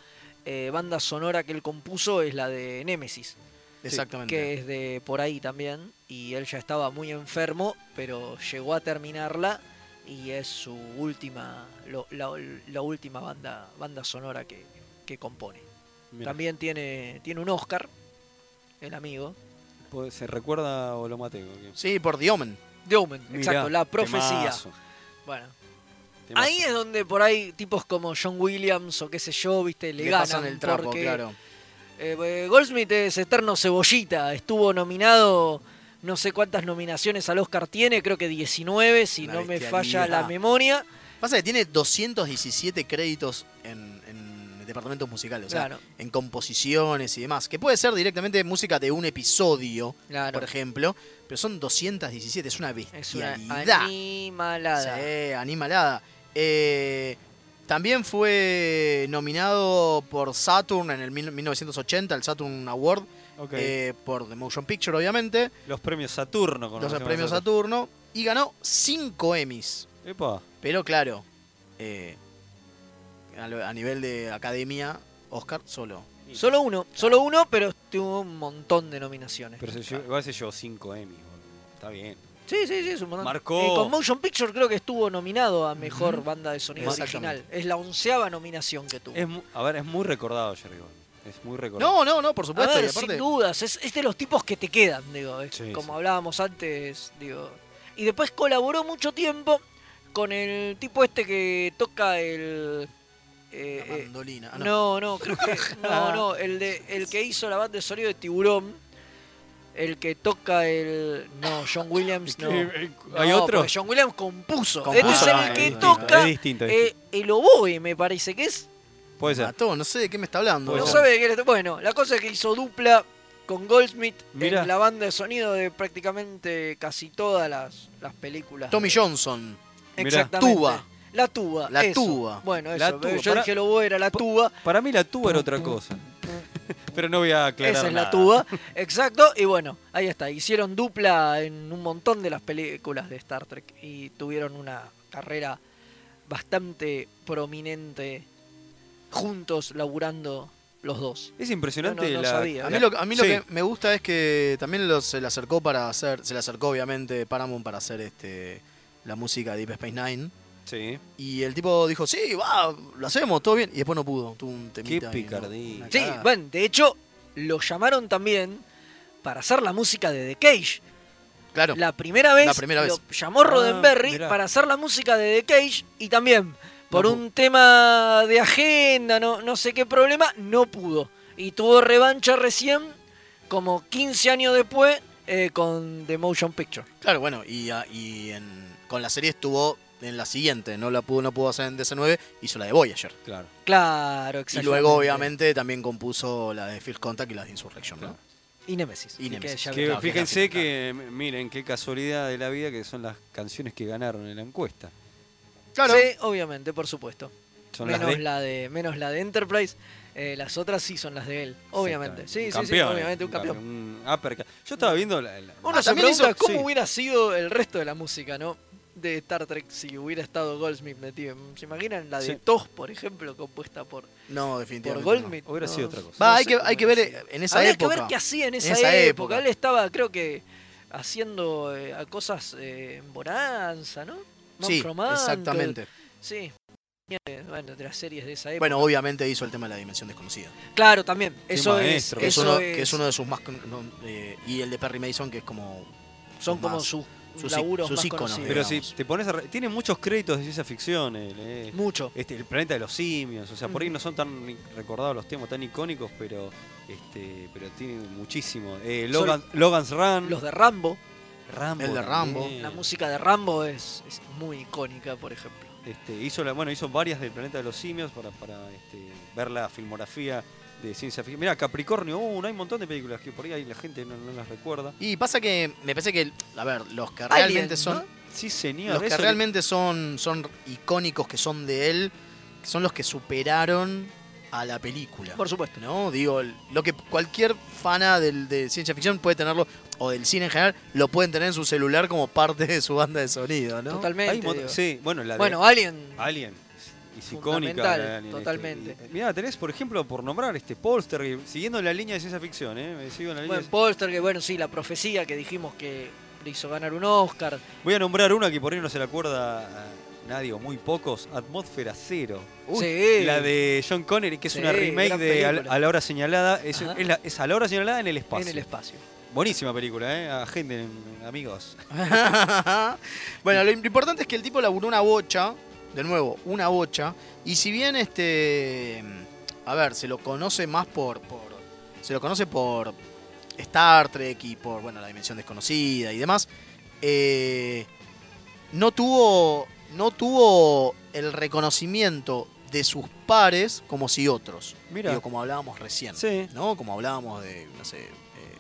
eh, banda sonora que él compuso es la de Nemesis, Exactamente. que es de por ahí también. Y él ya estaba muy enfermo, pero llegó a terminarla y es su última, lo- la, la última banda, banda sonora que, que compone. Mira, También tiene, tiene un Oscar, el amigo. pues, ¿Se recuerda o lo maté? Sí, por Diomen. The Omen, exacto, la profecía. Bueno, ahí es donde por ahí tipos como John Williams o qué sé yo, viste, le, Le ganan. pasan el trapo, porque, claro. eh, eh, Goldsmith es eterno cebollita, estuvo nominado no sé cuántas nominaciones al Oscar tiene, creo que 19 si Una no me bestialidad. falla la memoria. Pasa que tiene 217 créditos en, en departamentos musicales, o sea, Claro. en composiciones y demás, que puede ser directamente música de un episodio, Claro. por ejemplo, pero son 217, es una Es una bestialidad. animalada. Sí, animalada. Eh, también fue nominado por Saturn en el mil- 1980, el Saturn Award, eh, por The Motion Picture, obviamente, Los premios Saturno. los conocemos premios nosotros. Saturno, y ganó 5 Emmys. Epa. Pero claro, eh, a, lo- a nivel de academia, Oscar solo. Solo uno, solo uno, pero tuvo un montón de nominaciones. Pero se llevó, igual se llevó 5 Emmy. boludo. Está bien. Sí, sí, sí, es un montón. Marcó. Y con Motion Picture creo que estuvo nominado a Mejor Banda de Sonido Exactamente. Original. Es la onceava nominación que tuvo. Es mu- a ver, es muy recordado Jerry Gold. Es muy recordado. No, no, no, por a supuesto. ver, y aparte, sin dudas, es, es de los tipos que te quedan, digo, es Sí, como sí. hablábamos antes, digo. Y después colaboró mucho tiempo con el tipo este que toca el... eh, la eh, mandolina. Ah, no. No, no, creo *laughs* que. No, no, el, de, el que hizo la banda de sonido de Tiburón. El que toca el. No, John Williams no. No, ¿Hay otro? porque John Williams compuso. Compuso, este es ah, el es que distinto, toca es distinto, es eh, el oboe, me parece que es. Puede ser. Mató, no sé de qué me está hablando. Puede No ¿no? ser. sabe de qué le- Bueno, la cosa es que hizo dupla con Goldsmith Mirá. en la banda de sonido de prácticamente casi todas las, las películas. Tommy de- Johnson. Exactamente. Tuba. La tuba. La eso. tuba. Bueno, eso. La tuba, Yo pará. dije el oboe era la tuba. Para mí la tuba era otra cosa. *laughs* Pero no voy a aclarar Esa es la nada. *laughs* tuba, exacto. Y bueno, ahí está. Hicieron dupla en un montón de las películas de Star Trek y tuvieron una carrera bastante prominente juntos, laburando los dos. Es impresionante No, no, no la... sabía. A mí, lo, la- a mí lo Sí. que me gusta es que también lo- se le acercó para hacer, se le acercó obviamente Paramount para hacer este la música de Deep Space Nine. Sí. Y el tipo dijo, sí, va, lo hacemos, todo bien. Y después no pudo, tuvo un temita. ahí, ¿no? picardía. Una Sí, cagada. bueno, de hecho, lo llamaron también para hacer la música de The Cage. Claro. La primera vez, La primera lo vez. llamó Roddenberry mirá. para hacer la música de The Cage y también por No un tema de agenda, no, no sé qué problema, no pudo. Y tuvo revancha recién, como 15 años después, eh, con The Motion Picture. Claro, bueno, y, ah, y en- con la serie estuvo en la siguiente, no la pudo, no pudo hacer en DC9, hizo la de Voyager. Claro. Claro, Y exactamente. luego, obviamente, también compuso la de First Contact y la de Insurrection, ¿no? Y Nemesis. Y Nemesis. ya Que claro, fíjense claro. que, m- miren, qué casualidad de la vida que son las canciones que ganaron en la encuesta. Claro. Sí, obviamente, por supuesto. Son menos las de... la de menos la de Enterprise eh, las otras sí son las de él obviamente sí Un sí campeón, sí obviamente un campeón un uppercut. Yo estaba viendo la, la- uno se Ah, también pregunta hizo- cómo sí. hubiera sido el resto de la música no de Star Trek si hubiera estado Goldsmith metido se imaginan la de Sí. TOS por ejemplo compuesta por, No, por definitivamente. Goldsmith Hubiera No, sido otra cosa. no. Va, no hay, sé que, cómo hay que ver hubiera eh, sido. en esa Habría época. que ver qué hacía en esa, esa época. época. él estaba creo que haciendo eh, a cosas eh, en Bonanza no Man sí, from Uncle. exactamente. sí Eh, bueno de las series de esa época Bueno, obviamente hizo el tema de la dimensión desconocida. Claro, también. Eso maestro. Que es. es, Eso uno, es- que es uno de sus más. con- no, eh, y el de Perry Mason, que es como. son como más- sus sus i- laburos sus más íconos, conocidos. Pero si digamos. te pones a re- Tiene muchos créditos de ciencia ficción. él, eh. Mucho. Este, el planeta de los simios, o sea, por ahí Ujú. no son tan i- recordados los temas, tan icónicos, pero este, pero tienen muchísimo. Eh, Logan- Logan's Run, Los de Rambo, Rambo El de Rambo. también. la música de Rambo es, es muy icónica, por ejemplo. Este, hizo la, bueno, hizo varias del planeta de los simios para, para este, ver la filmografía de ciencia ficción. Mira, Capricornio 1, hay un montón de películas que por ahí la gente no, no las recuerda. Y pasa que. Me parece que. A ver, los que Alien, realmente ¿no? son. Sí, señor. Los que eso- realmente son, son icónicos, que son de él, son los que superaron a la película. Por supuesto. ¿No? Digo, el- lo que cualquier fana del, de ciencia ficción puede tenerlo, o del cine en general, lo pueden tener en su celular como parte de su banda de sonido, ¿no? Totalmente. hay un montón- digo. sí, bueno, la de bueno, Alien. Alien. Es icónica. la de Fundamental, Alien, este, totalmente. y- Mirá, tenés, por ejemplo, por nombrar este Polster, siguiendo la línea de ciencia ficción, ¿eh? Me sigo en la línea Bueno, de- Polster, que bueno, sí, la profecía que dijimos que le hizo ganar un Oscar. Voy a nombrar una que por ahí no se la acuerda eh, nadie o muy pocos, Atmósfera Cero. Sí. La de John Connery, que es Sí, una remake gran de Al- película. A la hora señalada. Es, Ajá. es la- es A la hora señalada en el espacio. en el espacio. Buenísima película, ¿eh? Agenden, amigos. *laughs* bueno, lo importante es que el tipo laburó una bocha, de nuevo, una bocha, y si bien este a ver, se lo conoce más por por se lo conoce por Star Trek y por bueno, la dimensión desconocida y demás, eh, no tuvo no tuvo el reconocimiento de sus pares como si otros, Mira. Digo, como hablábamos recién, Sí. ¿no? Como hablábamos de no sé, eh,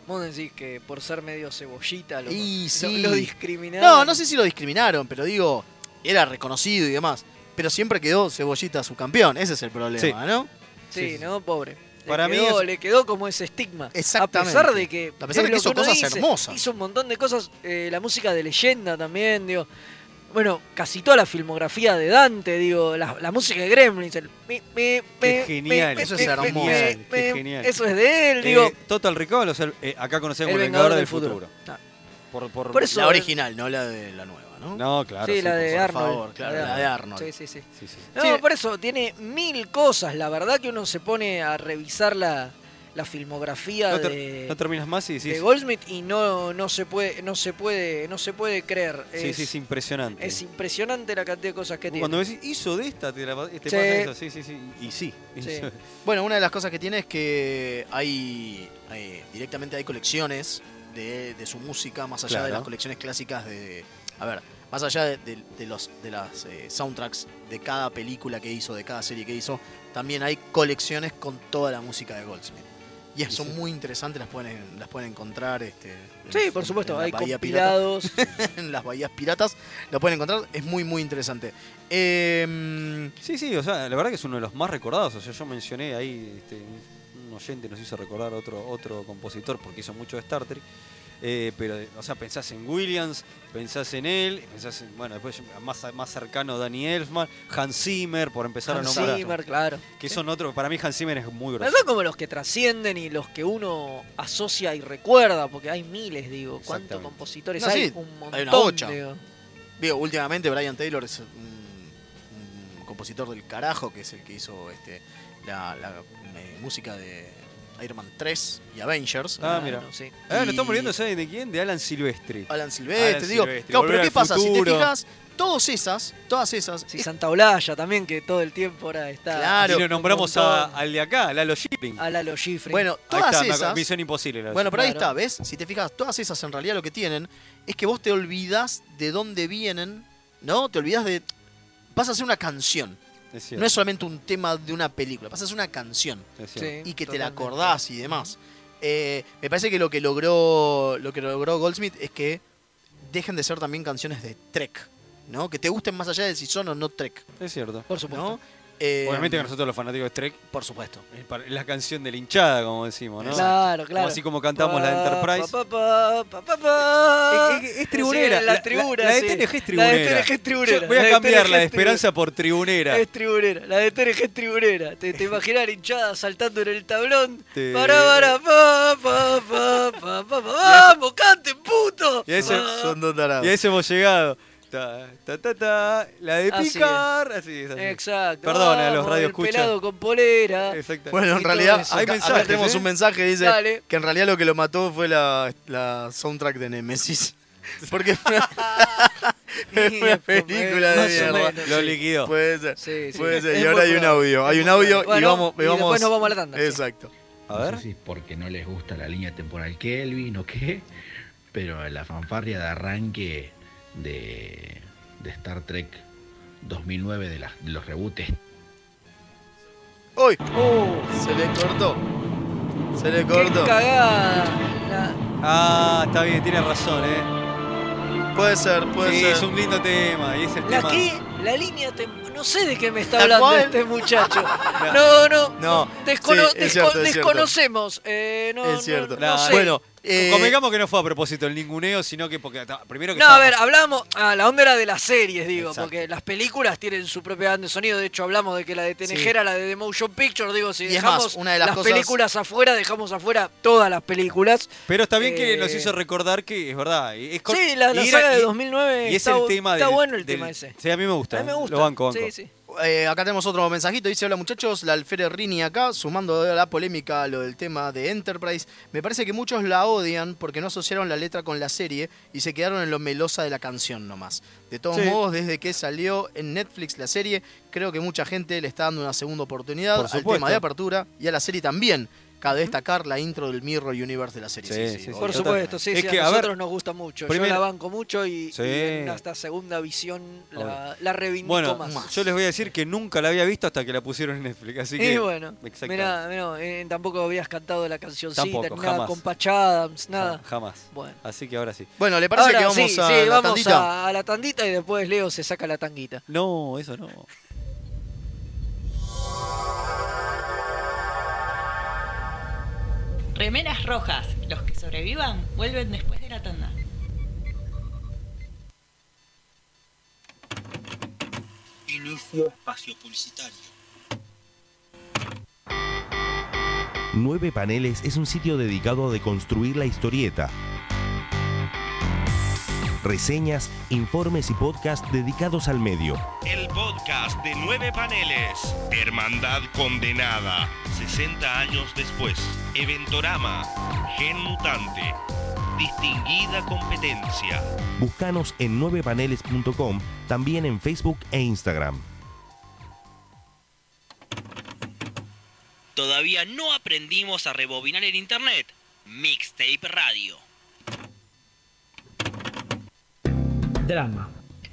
Vos decís que por ser medio cebollita lo, Y lo- sí. lo discriminaron. No, no sé si lo discriminaron, pero digo, era reconocido y demás. Pero siempre quedó Cebollita su campeón. Ese es el problema, Sí. ¿no? Sí, ¿no? Pobre. Le Para mí quedó- es- le quedó como ese estigma. Exactamente. A pesar de que, A pesar de es que lo hizo uno cosas hermosas. Hizo un montón de cosas, eh, la música de leyenda también, digo. Bueno, casi toda la filmografía de Dante, digo, la, la música de Gremlins. el mi, mi, Qué mi, genial, mi, eso mi, es mi, hermoso. mi, Genial, qué mi, genial. Eso es de él, digo. Eh, Total Recall, o sea, eh, acá conocemos el como Vengador del Futuro. Ah. Por, por- Por eso- La original, no la de la nueva, ¿no? No, claro. sí, la por de favor. Arnold. favor, claro, la de Arnold. Sí, sí, sí. Sí, sí. No, Sí. por eso, tiene mil cosas. La verdad que uno se pone a revisar la, la filmografía No, ter- de, no terminas más y de decís. Goldsmith y no, no se puede, no se puede, no se puede creer. Sí, es, sí, es impresionante. es impresionante la cantidad de cosas que Cuando tiene. decís, hizo de esta, te, la- te Sí. pasa eso. Sí, sí, sí. Y sí. *laughs* Sí. Bueno, una de las cosas que tiene es que hay. eh, directamente hay colecciones de, de su música, más allá de Claro. las colecciones clásicas de. A ver, más allá de, de- de los, de las eh, soundtracks de cada película que hizo, de cada serie que hizo, también hay colecciones con toda la música de Goldsmith. Y Sí, son sí. muy interesantes, las pueden, las pueden encontrar. Este, en- Sí, en- por supuesto, en la hay Bahía Pirata *laughs* compilados. en las bahías piratas, lo pueden encontrar, es muy muy interesante. Eh, Sí, sí, o sea, la verdad que es uno de los más recordados. O sea, yo mencioné ahí, este, un oyente nos hizo recordar otro, otro compositor porque hizo mucho de Star Trek. Eh, pero, o sea, pensás en Williams, pensás en él, pensás en, bueno, después más, más cercano Danny Elfman, Hans Zimmer, por empezar Hans a nombrar. Zimmer, claro. Que son otros, para mí Hans Zimmer es muy Pero grosso. Son como los que trascienden y los que uno asocia y recuerda, porque hay miles, digo. ¿Cuántos Exactamente. compositores No, hay? sí, Un montón. hay una bocha. Ah, digo. digo, últimamente Brian Taylor es un, un compositor del carajo, que es el que hizo este, la, la, eh, música de Iron Man 3 y Avengers. Ah, mira. no, sí. Ah, nos estamos Y- riendo, ¿saben de quién? De Alan Silvestri. Alan Silvestre, Alan digo, Silvestri, claro, pero Volver ¿qué al pasa? Si te futuro. fijas, todas esas, todas esas, Sí, es- Santa Olalla también, que todo el tiempo ahora está. Claro. y lo nombramos un a- montón. al de acá, Lalo Shipping. A Lalo Schifrin. bueno, Ahí todas está, me acu- esas, Misión imposible. Lalo Bueno, pero ahí Claro. está, ¿ves? Si te fijas, todas esas en realidad lo que tienen es que vos te olvidás de dónde vienen, ¿no? Te olvidás de. Vas a hacer una canción. Shipping. Es cierto, No es solamente un tema de una película, vas a hacer una canción es cierto. Sí, y que te la totalmente. acordás y demás. Eh, me parece que lo que logró. Lo que logró Goldsmith es que dejen de ser también canciones de Trek, ¿no? Que te gusten más allá de si son o no Trek, Es cierto. Por supuesto. ¿no? Eh, Obviamente que nosotros los fanáticos de Trek Por supuesto. Es para- es la canción de la hinchada, como decimos, ¿no? Claro, claro. Como así como cantamos la de Enterprise. Eh, Pa, pa, pa, pa, pa. Es- es- es tribunera, Sí, la- la la- tribuna. la de sí. TNG es La de tribunera. TNG es tribunera. Yo voy a de cambiar TNG la de es tribunera. Esperanza por Tribunera. Es tribunera, la de TNG es tribunera. Te, te imaginas la hinchada saltando en el tablón. Te- Pará, pará, pa, pa, pa, pa, pa, pa. ¡Vamos, canten, puto! Y ese- Pa. Son dos tarados. Y a eso hemos llegado. Ta, ta, ta, ta, la de Así Picar. Así es, así es. Exacto. Perdón a los vamos, radioescuchas. El pelado con polera. Exactamente. Bueno, Y en todo realidad eso. acá- Hay acá mensajes, tenemos ¿eh? un mensaje que dice Dale. que en realidad lo que lo mató fue la, la soundtrack de Nemesis. Porque es una, *laughs* es una película Más de o mierda. menos, Lo sí. liquidó. Puede ser. Sí, sí. Puede ser. Es Y ahora muy hay un probable. audio. Hay Es un muy audio y probable. Bueno, vamos. y y vamos después nos vamos a la tanda, sí. Exacto. A ver. No sé si es porque no les gusta la línea temporal Kelvin o qué, pero la fanfarria de arranque de, de Star Trek 2009 de, las- de los rebootes ¡Uy! Oh. Se le cortó. Se le Qué cortó. cagada. La- Ah, está bien, tiene razón, ¿eh? Puede ser, puede Sí, ser. es un lindo tema. Y es el La, tema. que, la línea tem- No sé de qué me está ¿La hablando cual? este *laughs* muchacho. No, no. No. Descono- desco- Sí, es cierto, es cierto. desconocemos. Eh, no, Es no- cierto. no sé. Bueno, Eh, Convengamos que no fue a propósito el ninguneo, sino que porque ta- primero que No, a estábamos- ver, hablamos. Ah, la onda era de las series, digo, Exacto. porque las películas tienen su propia banda de sonido. De hecho, hablamos de que la de TNG Sí. era la de The Motion Picture. Digo, si Y es más, dejamos una de las cosas- películas afuera, dejamos afuera todas las películas. Pero está bien que Eh, nos hizo recordar que es verdad. y Es cor- Sí, la, la y era- saga y- de 2009 Y es está, el bu- tema está del- bueno el del- tema ese. Sí, a mí me gusta. A mí me gusta. Lo banco, banco. Sí, sí. eh, acá tenemos otro mensajito. Dice, hola muchachos, la Alférez Rini acá, sumando a la polémica a lo del tema de Enterprise. Me parece que muchos la odian porque no asociaron la letra con la serie y se quedaron en lo melosa de la canción nomás. De todos Sí. modos, desde que salió en Netflix la serie, creo que mucha gente le está dando una segunda oportunidad Por al supuesto. tema de apertura y a la serie también. Cabe destacar la intro del Mirror Universe de la serie. Sí, sí, sí, Por totalmente. supuesto, sí, Es sí, que, a a nosotros ver, nos gusta mucho. Yo primero- la banco mucho y, Sí. y en esta segunda visión la, la reivindico Bueno, más. yo les voy a decir que nunca la había visto hasta que la pusieron en Netflix. Así que. Y bueno, Exacto. mirá, mirá, eh, tampoco habías cantado la cancioncita, ni Tampoco, nada jamás. con Patch Adams, nada. Ja- Jamás. Bueno. Así que ahora sí. Bueno, ¿le parece Ahora que vamos sí, a sí, la vamos tandita? A, a la tandita y después Leo se saca la tanguita. No, eso no. Remeras rojas. Los que sobrevivan vuelven después de la tanda. Inicio espacio publicitario. 9 Paneles es un sitio dedicado a deconstruir la historieta. Reseñas, informes y podcast dedicados al medio. El podcast de nueve paneles. Hermandad condenada. 60 años después. Eventorama. Gen mutante. Distinguida competencia. Búscanos en 9paneles.com, también en Facebook e Instagram. Todavía no aprendimos a rebobinar en internet. Mixtape Radio. Drama.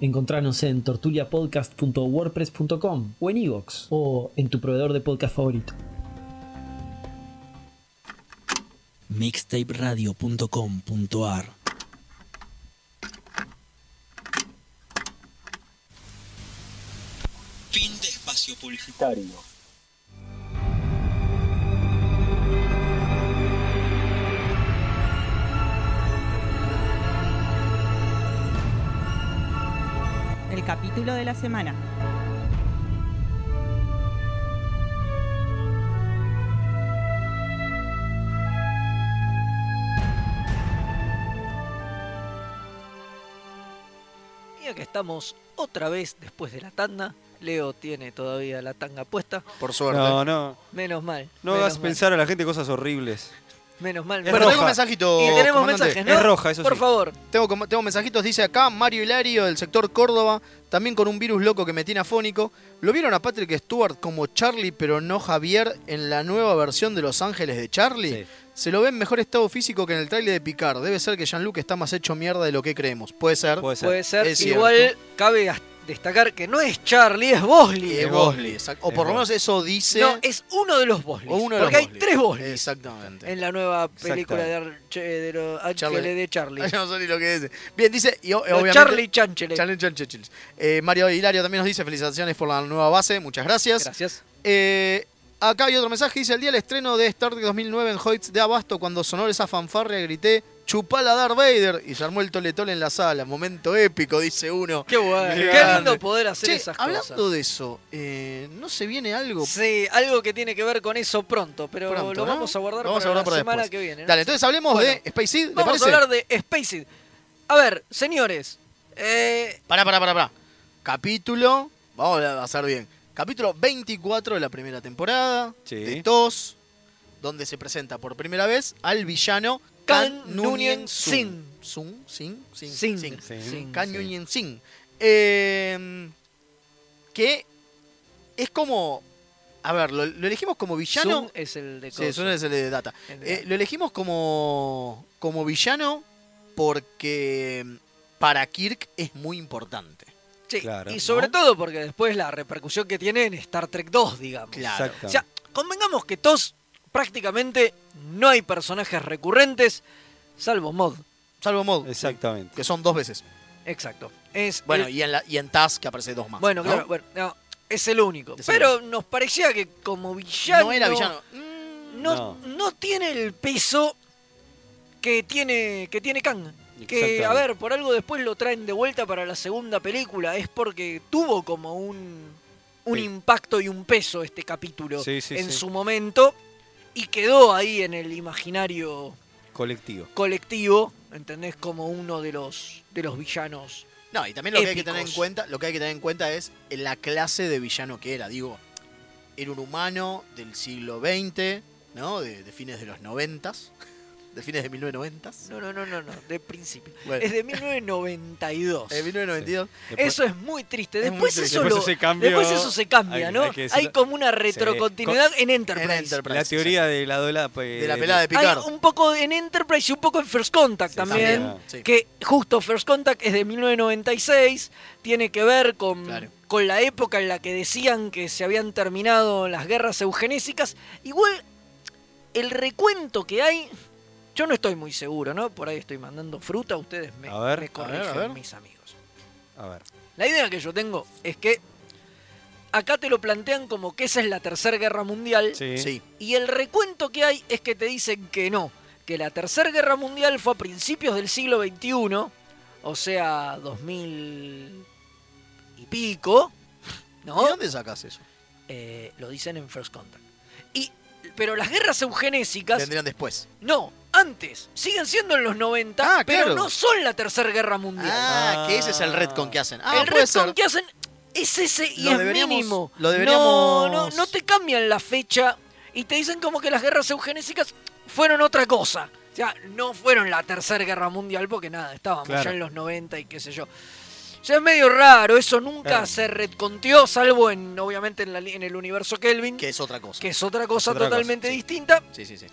Encontranos en tortuliapodcast.wordpress.com o en iVoox o en tu proveedor de podcast favorito. Mixtaperadio.com.ar Fin de espacio publicitario. El capítulo de la semana. Y acá estamos otra vez después de la tanda. Leo tiene todavía la tanga puesta. Por suerte. No, no. Menos mal. No menos hagas mal, pensar a la gente cosas horribles. Menos mal. Es menos Bueno, mal. tengo roja. mensajito. Y tenemos comandante. mensajes, ¿no? Es roja, eso Por sí. favor. Tengo, com- tengo mensajitos, dice acá Mario Hilario del sector Córdoba, también con un virus loco que me tiene afónico. Lo vieron a Patrick Stewart como Charlie, pero no Javier, en la nueva versión de Los Ángeles de Charlie. Sí. Se lo ve en mejor estado físico que en el tráiler de Picard. Debe ser que Jean-Luc está más hecho mierda de lo que creemos. Puede ser. Puede ser. Puede ser. Es cierto. Igual cabe as- destacar que no es Charlie, es Bosley. Eh, Es Bosley, Bosley. exacto. O Es por lo Bosley. menos eso dice. No, es uno de los Bosleys. o uno de porque los hay tres Bosleys Exactamente. en la nueva película de, Ar- che- de los Ángeles de Charlie. *laughs* *laughs* Ay, no sé ni lo que dice. Bien, dice. Y, o- Los obviamente- Charlie Chanchele. Challenge and Churchills. Eh, Mario Hilario también nos dice felicitaciones por la nueva base, muchas gracias. Gracias. Eh, acá hay otro mensaje, dice el día del estreno de Star Trek 2009 en Hoyts de Abasto, cuando sonó esa fanfarria grité, chupala Darth Vader, y se armó el toletol en la sala, momento épico, dice uno. Qué bueno. Qué Qué grande. lindo poder hacer Che, esas hablando cosas. de eso, eh, ¿no se viene algo? Sí, algo que tiene que ver con eso pronto, pero Pronto, lo ¿no? vamos a guardar Lo vamos para a guardar la para semana después. que viene. ¿no? Dale, entonces hablemos Bueno. de Space Seed, ¿le vamos parece? a hablar de Spacey. A ver, señores, eh, Pará, pará, pará, pará. Capítulo, vamos a hacer bien. Capítulo 24 de la primera temporada. de Sí. TOS, donde se presenta por primera vez al villano Kan Kan Nunien Nunien Singh. Singh. Sung, Singh, Singh, Singh. Singh. Sí. Kan Nunien Singh. Eh, que es como. A ver, lo, lo elegimos como villano. Zoom es el de Sí, Coso, Sun es el de Data. el de- Eh, lo elegimos como, como villano porque em, para Kirk es muy importante. Sí, y sobre todo porque después la repercusión que tiene en Star Trek 2, digamos. Claro. O sea, convengamos que TOS prácticamente no hay personajes recurrentes, salvo Mod. Salvo Mod. Exactamente. Que son dos veces. Exacto. Es Bueno, el- y en, la, y en Taz que aparece dos más. Eh, Bueno, ¿no? claro, bueno, no, es el único. Es el Pero nos parecía que como villano. No era villano. No, no tiene el peso que tiene, que tiene Kang. Que, Exactamente. a ver, por algo después lo traen de vuelta para la segunda película. Es porque tuvo como un, un Sí. impacto y un peso este capítulo Sí, sí, en sí. su momento. Y quedó ahí en el imaginario Colectivo. colectivo, ¿entendés? Como uno de los, de los villanos. No, y también lo que hay que tener en épicos. cuenta, lo que hay que tener en cuenta es la clase de villano que era. Digo, era un humano del siglo XX, ¿no? De, de fines de los 90 de fines de 1990s. No, no, no, no, no, de principio. Bueno. Es de *laughs* 1992. De 1992. Sí. Eso es muy triste. Es Después, muy triste. Eso Después lo- se cambió. después eso se cambia, Hay- ¿no? hay Hay, que decirlo. como una Sí. retrocontinuidad en Enterprise. La teoría de la dola. pues, De la pelada de Hay un poco en Enterprise y un poco en First Contact también. también, sí. Que justo First Contact es de 1996. Tiene que ver con, con la época en la que decían que se habían terminado las guerras eugenésicas. Igual, el recuento que hay. Yo no estoy muy seguro, ¿no? Por ahí estoy mandando fruta. Ustedes me, A ver, me a corrigen, ver, a ver. mis amigos. A ver. La idea que yo tengo es que. Acá te lo plantean como que esa es la tercera guerra mundial. Sí. Sí. Y el recuento que hay es que te dicen que no, que la Tercera Guerra Mundial fue a principios del siglo XXI, o sea, 2000 y pico, ¿no? ¿Y dónde sacas eso? Eh, lo dicen en First Contact. Y, pero las guerras eugenésicas... Vendrían después. No, antes. Siguen siendo en los 90, Ah, pero claro. no son la Tercera Guerra Mundial. Ah, que ese es el retcon que hacen. Ah, el puede retcon ser. que hacen es ese y Lo es deberíamos- mínimo. lo deberíamos- No, no, no te cambian la fecha y te dicen como que las guerras eugenésicas fueron otra cosa. O sea, no fueron la Tercera Guerra Mundial porque nada, estábamos Claro. ya en los 90 y qué sé yo. Ya es medio raro, eso nunca Claro. se retconteó, salvo en, obviamente, en, la li- en el universo Kelvin. Que es otra cosa. Que es otra cosa Es otra cosa, totalmente distinta. Sí, sí, sí.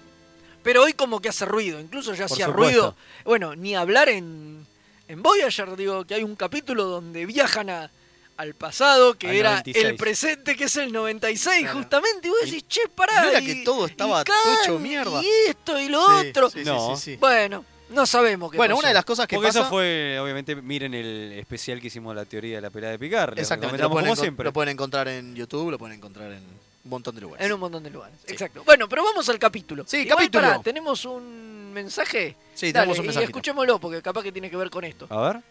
Pero hoy como que hace ruido, incluso ya Por hacía supuesto. ruido. Bueno, ni hablar en, en Voyager, digo, que hay un capítulo donde viajan a- al pasado, que Al era 96. el presente, que es el 96, justamente, y vos decís, che, pará. No era y- que todo estaba y Khan, tocho mierda. Y esto y lo Sí, otro. sí, sí, No. sí, sí. Bueno, no sabemos qué pasó. Porque eso fue, obviamente, miren el especial que hicimos la teoría de la pelada de picar. Les Exactamente, lo recomendamos pueden, como encon- siempre. lo pueden encontrar en YouTube, lo pueden encontrar en un montón de lugares. En un montón de lugares. Exacto. Bueno, pero vamos al capítulo. Sí, Igual, capítulo. pará, ¿Tenemos un mensaje? Sí, Dale, tenemos un y mensajito. escuchémoslo, porque capaz que tiene que ver con esto. A ver.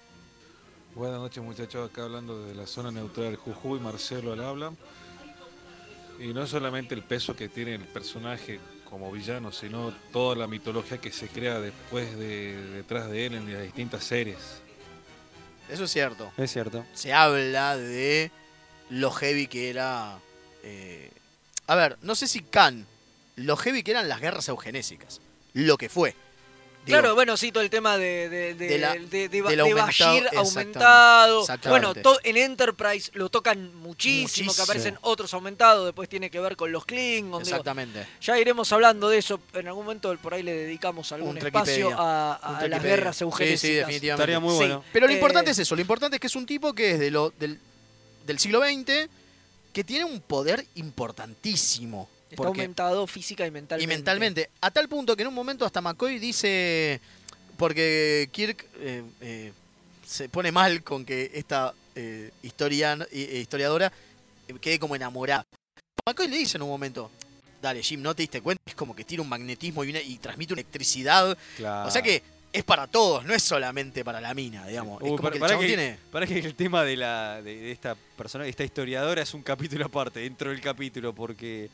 Buenas noches muchachos, acá hablando de la zona neutral Jujuy, Marcelo al habla. Y no solamente el peso que tiene el personaje como villano, sino toda la mitología que se crea después de detrás de él en las distintas series. Eso es cierto. Es cierto. Se habla de lo heavy que era. eh, a ver, no sé si Khan, lo heavy que eran las guerras eugenésicas. Lo que fue. Digo, claro, bueno, sí, todo el tema de, de, de- de la- de- de- de Bashir del aumentado, exactamente, aumentado. exactamente. Bueno, to- en Enterprise lo tocan muchísimo, que Muchísimo. aparecen otros aumentados, después tiene que ver con los Klingons. digo, Exactamente. ya iremos hablando de eso, en algún momento por ahí le dedicamos algún Un espacio Trekipedia. a, Un a las Trekipedia. guerras eugenésicas. Sí, sí, definitivamente. Sí. Pero lo Eh, importante es eso. Lo importante es que es un tipo que es de lo, del, del siglo XX, que tiene un poder importantísimo. Está Porque, aumentado física y mentalmente. y mentalmente. A tal punto que en un momento hasta McCoy dice. Porque Kirk eh, eh, se pone mal con que esta eh, historian- i- eh, historiadora eh, quede como enamorada. McCoy le dice en un momento. Dale, Jim, ¿no te diste cuenta? Es como que tiene un magnetismo y, una- y transmite una electricidad. Claro. O sea que es para todos, no es solamente para la mina, digamos. es Uy, como para, que el para chabón Uh, que, tiene. para que el tema de, la, de, de esta persona, esta historiadora, es un capítulo aparte, dentro del capítulo, porque.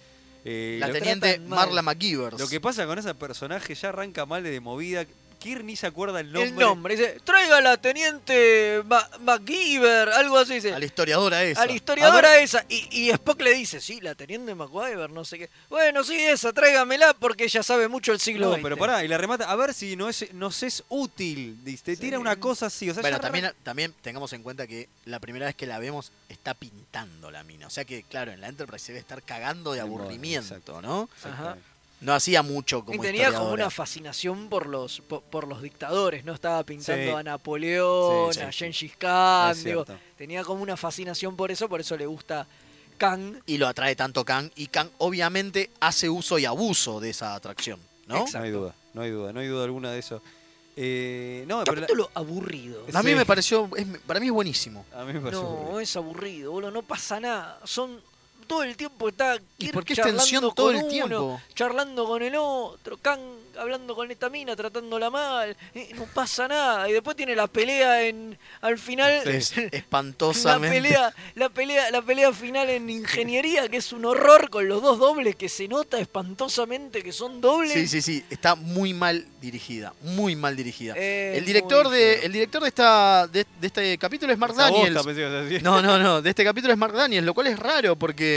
eh, La lo teniente tratan mal. Marla McGivers. Lo que pasa con ese personaje ya arranca mal de movida. Kirk ni se acuerda el nombre. El nombre, dice, traiga a la teniente Ma- MacGyver, algo así dice. A la historiadora esa. A la historiadora A ver. esa. Y, y Spock le dice, sí, la teniente MacGyver, no sé qué. Bueno, sí, esa, tráigamela porque ella sabe mucho el siglo No, XX. pero pará, y la remata. A ver si no es, nos es útil. dice, Te tira una cosa así. O sea, bueno, ya también, arran- también tengamos en cuenta que la primera vez que la vemos está pintando la mina. O sea que, claro, en la Enterprise se debe estar cagando de aburrimiento, ¿no? Exactamente. No hacía mucho como Y tenía como historiadora. una fascinación por los po- por, los dictadores, ¿no? Estaba pintando Sí. a Napoleón, Sí, sí. a Gengis Khan, Es digo, cierto. tenía como una fascinación por eso, por eso le gusta Kang. Y lo atrae tanto Kang. Y Kang obviamente hace uso y abuso de esa atracción, ¿no? No hay duda, no hay duda, no hay duda alguna de eso. Eh, no, pero la- Capítulo aburrido. A mí Sí. me pareció, es- para mí es buenísimo. A mí me parece aburrido. No, es aburrido, boludo, no pasa nada. Son todo el tiempo está ¿Y Kirk por qué es charlando tensión con todo el uno, tiempo? Charlando con el otro, Kang hablando con esta mina, tratándola mal, eh, no pasa nada. Y después tiene la pelea en al final *laughs* *laughs* Es la espantosamente. pelea, la pelea, la pelea final en ingeniería, que es un horror con los dos dobles que se nota espantosamente que son dobles. Sí, sí, sí. Está muy mal dirigida. Muy mal dirigida. Eh, el, director muy de, el director de esta de, de este capítulo es Mark Hasta vos Daniels. también ibas a decir. No, no, no. De este capítulo es Mark Daniels, lo cual es raro porque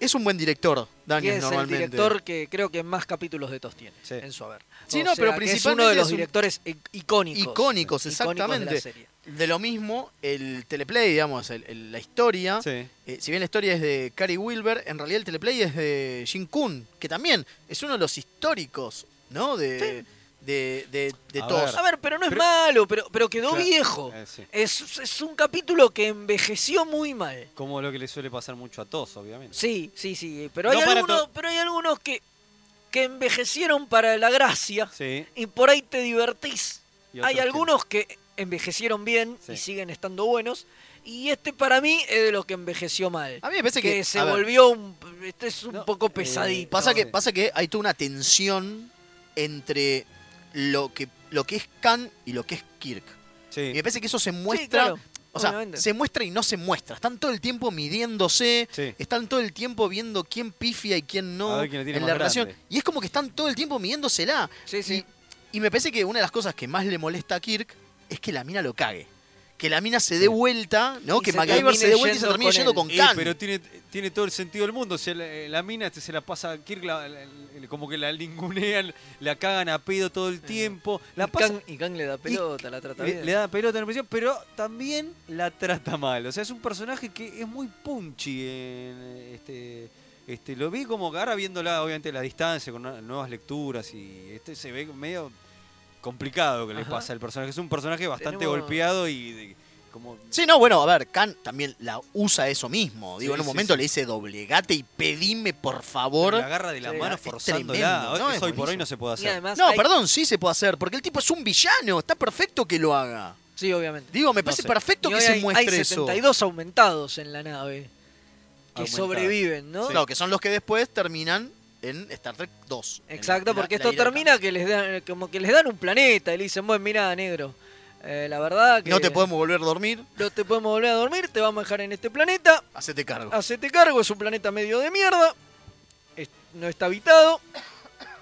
es un buen director, Que Daniels, es el normalmente. director que creo que más capítulos de TOS tiene en su haber. Sí, O no, sea, pero que principalmente es uno de los es un- directores i- icónicos. Icónicos, Icónicos de la exactamente. serie. de, lo mismo, el teleplay, digamos, el- el- la historia. Eh, si bien la historia es de Cary Wilber, en realidad el teleplay es de Jin Kun, que también es uno de los históricos, ¿no? De, de, de, de A todos. ver. A ver, pero no es malo, pero, pero quedó Claro, Oh. viejo. eh, sí. Es, es un capítulo que envejeció muy mal. Como lo que le suele pasar mucho a todos, obviamente. Sí, sí, sí. Pero hay, No para algunos, to- pero hay algunos que, que envejecieron para la gracia Sí. y por ahí te divertís. Y otros Hay que- algunos que envejecieron bien y siguen estando buenos. Y este para mí es de los que envejeció mal. A mí me parece que- se a ver. eh, volvió un, este es un poco pesadito. Pasa eh. que, pasa que hay toda una tensión entre lo que, lo que es Khan y lo que es Kirk. Y me parece que eso se muestra. claro, O sea, obviamente. se muestra y no se muestra. Están todo el tiempo midiéndose, están todo el tiempo viendo quién pifia y quién no A ver quién la tiene en más la relación. grande. Y es como que están todo el tiempo midiéndosela. Y, y me parece que una de las cosas que más le molesta a Kirk es que la mina lo cague. Que la mina se dé vuelta, ¿no? Y que se MacGyver se termine dé vuelta y se yendo termine con yendo él. con Eh, Khan. pero tiene, tiene todo el sentido del mundo. Si la, la mina este se la pasa a Kirk, la- la- la- como que la ningunean, la cagan a pedo todo el tiempo. La y, pasa- Kang, y Kang le da pelota, la trata le, bien. le da pelota en prisión, pero también la trata mal. O sea, es un personaje que es muy punchy. en, este, este, lo vi como que ahora viéndola, obviamente, a la distancia, con una- nuevas lecturas y este se ve medio complicado que le Ajá. pasa al personaje. Es un personaje bastante Tenemos- golpeado y de- como Sí, no, bueno, a ver, Khan también la usa eso mismo. Digo, Sí, en un sí, momento sí. le dice doblegate y pedime por favor. Pero la agarra de la mano es forzándola. tremendo, Hoy- Es hoy por hoy buenísimo. no se puede hacer. Y además no, hay- perdón, sí se puede hacer, porque el tipo es un villano, está perfecto que lo haga. Sí, obviamente. Digo, me parece sé. perfecto Y que hoy se hay, muestre hay eso. 72 aumentados en la nave que Aumentados. sobreviven, ¿no? Sí. No, que son los que después terminan en Star Trek 2. Exacto, porque esto termina que les dan, como que les dan un planeta y le dicen, bueno, mira, negro, eh, la verdad que... No te podemos volver a dormir. No te podemos volver a dormir, te vamos a dejar en este planeta. Hacete cargo. Hacete cargo, es un planeta medio de mierda. es- no está habitado.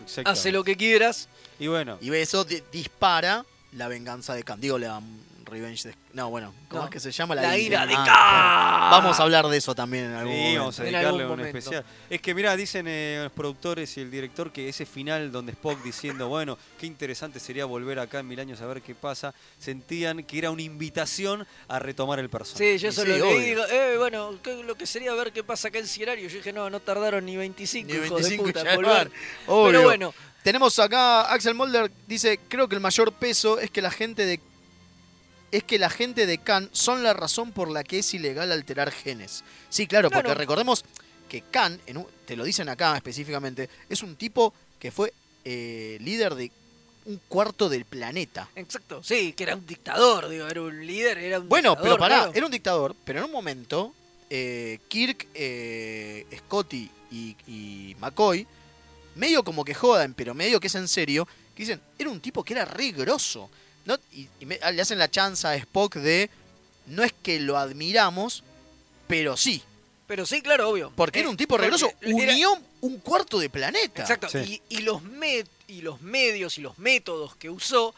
Exacto. Hace lo que quieras. Y bueno. Y eso di- dispara la venganza de Khan. Digo, la mm, revenge de... No, bueno, ¿cómo No. es que se llama? La, La ira de Ah, Vamos a hablar de eso también en algún Sí, momento. vamos a dedicarle un especial. Es que mirá, dicen eh, los productores y el director que ese final donde Spock diciendo, *laughs* bueno, qué interesante sería volver acá en mil años a ver qué pasa, sentían que era una invitación a retomar el personaje. Sí, yo solo leí y digo, eh, bueno, ¿qué- lo que sería ver qué pasa acá en Cierario. Yo dije, no, no tardaron ni 25, Ni hijos 25 de puta, ya en volver. van. Obvio. Pero bueno, Tenemos acá Axel Mulder dice, creo que el mayor peso es que la gente de es que la gente de Khan son la razón por la que es ilegal alterar genes. Sí, claro, Claro. porque recordemos que Khan, en un- te lo dicen acá específicamente, es un tipo que fue eh, líder de un cuarto del planeta. exacto, sí, que era un dictador, digo, era un líder, era un Bueno, dictador, pero pará, claro. era un dictador, pero en un momento eh, Kirk, eh, Scotty y, y McCoy, medio como que jodan, pero medio que es en serio, que dicen, era un tipo que era re grosso. ¿no? Y, y me- ah, le hacen la chanza a Spock de, no es que lo admiramos, pero sí. Pero sí, claro, obvio. Eh, Porque era un tipo re porque grosso, era- unió un cuarto de planeta. Exacto, y, y los me- y los medios y los métodos que usó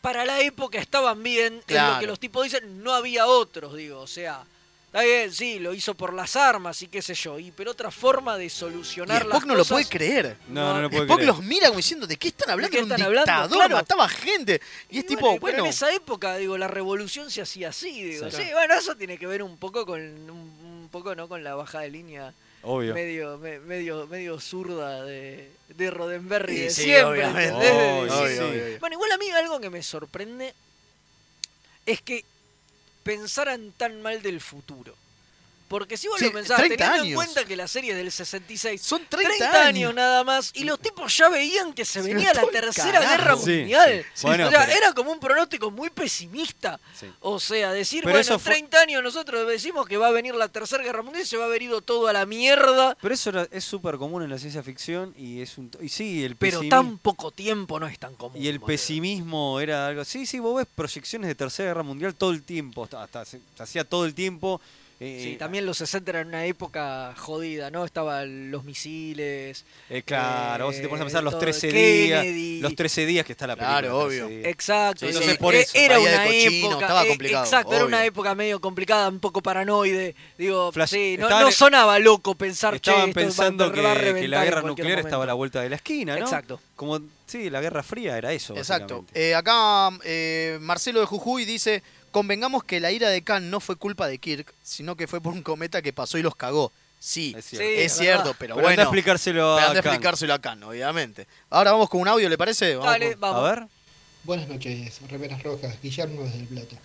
para la época estaban bien, es lo Claro. que los tipos dicen, no había otros, digo, o sea, está bien, sí, lo hizo por las armas y qué sé yo, y pero otra forma de Y solucionar Spock las no lo cosas- puede creer. No, no, lo puede Spock creer. los mira como diciendo, ¿de qué están hablando? qué Era un están hablando? dictador, Claro. mataba gente. Y es Y tipo, pero bueno, en esa época, digo, la revolución se hacía así, digo, Sí. sí, bueno, eso tiene que ver un poco con un, un poco no con la baja de línea Obvio. medio, me- medio, medio zurda de, de Roddenberry Y de sí, siempre. *laughs* obviamente. ¿entendés? De- Obvio, sí, obvio, sí. obvio. Bueno, igual a mí algo que me sorprende es que pensaran tan mal del futuro. Porque si vos Sí, lo pensás, 30 teniendo en años. cuenta que la serie es del 66, son 30, 30 años. años. nada más, y los tipos ya veían que se Sí, venía la todo el tercera carajo. guerra Sí, mundial. sí. Bueno, o sea, pero- era como un pronóstico muy pesimista. Sí. O sea, decir, Pero bueno, eso en fue- 30 años nosotros decimos que va a venir la tercera guerra mundial y se va a haber ido todo a la mierda, Pero eso era- es súper común en la ciencia ficción y es un... Y sí, el pero pesimismo... tan poco tiempo no es tan común. Y el pesimismo era algo... Sí, sí, vos ves proyecciones de Tercera Guerra Mundial todo el tiempo, hasta, hasta se, se hacía todo el tiempo. eh, Sí, también los 60 eran una época jodida, ¿no? Estaban los misiles. eh, claro, vos si te pones a pensar los todo, 13 Kennedy. días, los 13 días que está la película. Claro, 13 obvio. días. Exacto, Sí, sí. entonces por E- eso. era Bahía una de Cochino, época, estaba e- complicado, Exacto, era una obvio. época medio complicada, un poco paranoide. Digo, Flash- sí, no, estaban- no sonaba loco pensar che, Estaban esto va- pensando va que, a que la reventar en guerra cualquier nuclear estaba a la momento. vuelta de la esquina, ¿no? Exacto. Como, sí, la Guerra Fría era eso. Exacto. básicamente. Eh, acá eh, Marcelo de Jujuy dice, convengamos que la ira de Khan no fue culpa de Kirk, sino que fue por un cometa que pasó y los cagó. Eh, Sí, es cierto, cierto. Sí, es verdad. pero, Pero anda a bueno. explicárselo a pero anda Khan. explicárselo a Khan, obviamente. Ahora vamos con un audio, ¿le parece? Dale, con- vamos. A ver. Buenas noches, Remeras Rojas, Guillermo desde el Plata.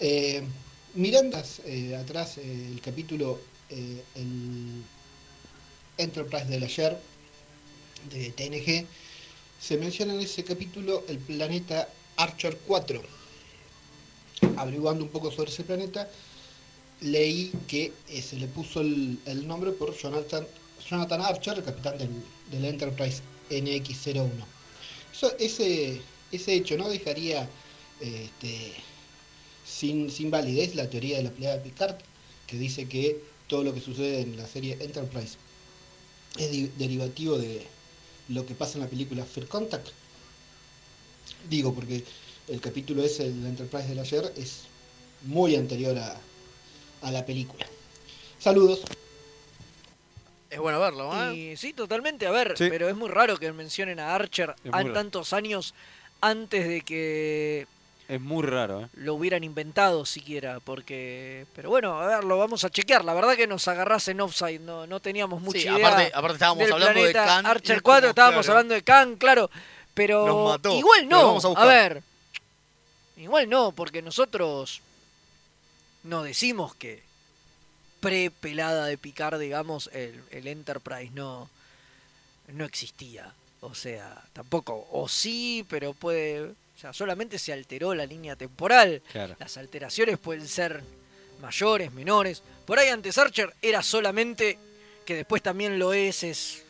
Eh, mirando eh, atrás eh, el capítulo eh, el Enterprise del ayer de TNG, se menciona en ese este capítulo el planeta Archer 4. Averiguando un poco sobre ese planeta, leí que eh, se le puso el, el nombre por Jonathan, Jonathan Archer, el capitán del, del Enterprise NX-01. Eso- ese, ese hecho no dejaría eh, este, sin, sin validez la teoría de la pelea de Picard, que dice que todo lo que sucede en la serie Enterprise es di- derivativo de lo que pasa en la película Fear Contact. Digo, porque el capítulo ese de Enterprise del ayer es muy anterior a, a la película. Saludos. Es bueno verlo, ¿eh? Y sí, totalmente, a ver, Sí. pero es muy raro que mencionen a Archer Es muy a raro. tantos años antes de que Es muy raro, ¿eh? lo hubieran inventado siquiera, porque... Pero bueno, a ver, lo vamos a chequear. La verdad que nos agarrás en offside, no, no teníamos mucha Sí, idea. aparte- aparte estábamos del hablando de planeta Khan y Archer es 4, como, estábamos claro. hablando de Khan, claro, pero Nos mató, igual pero no. vamos a a, buscar. ver, igual no, porque nosotros no decimos que pre-pelada de picar, digamos, el, el Enterprise no, no existía. O sea, tampoco, o sí, pero puede... O sea, solamente se alteró la línea temporal. Claro. Las alteraciones pueden ser mayores, menores. Por ahí antes Archer era solamente, que después también lo es, es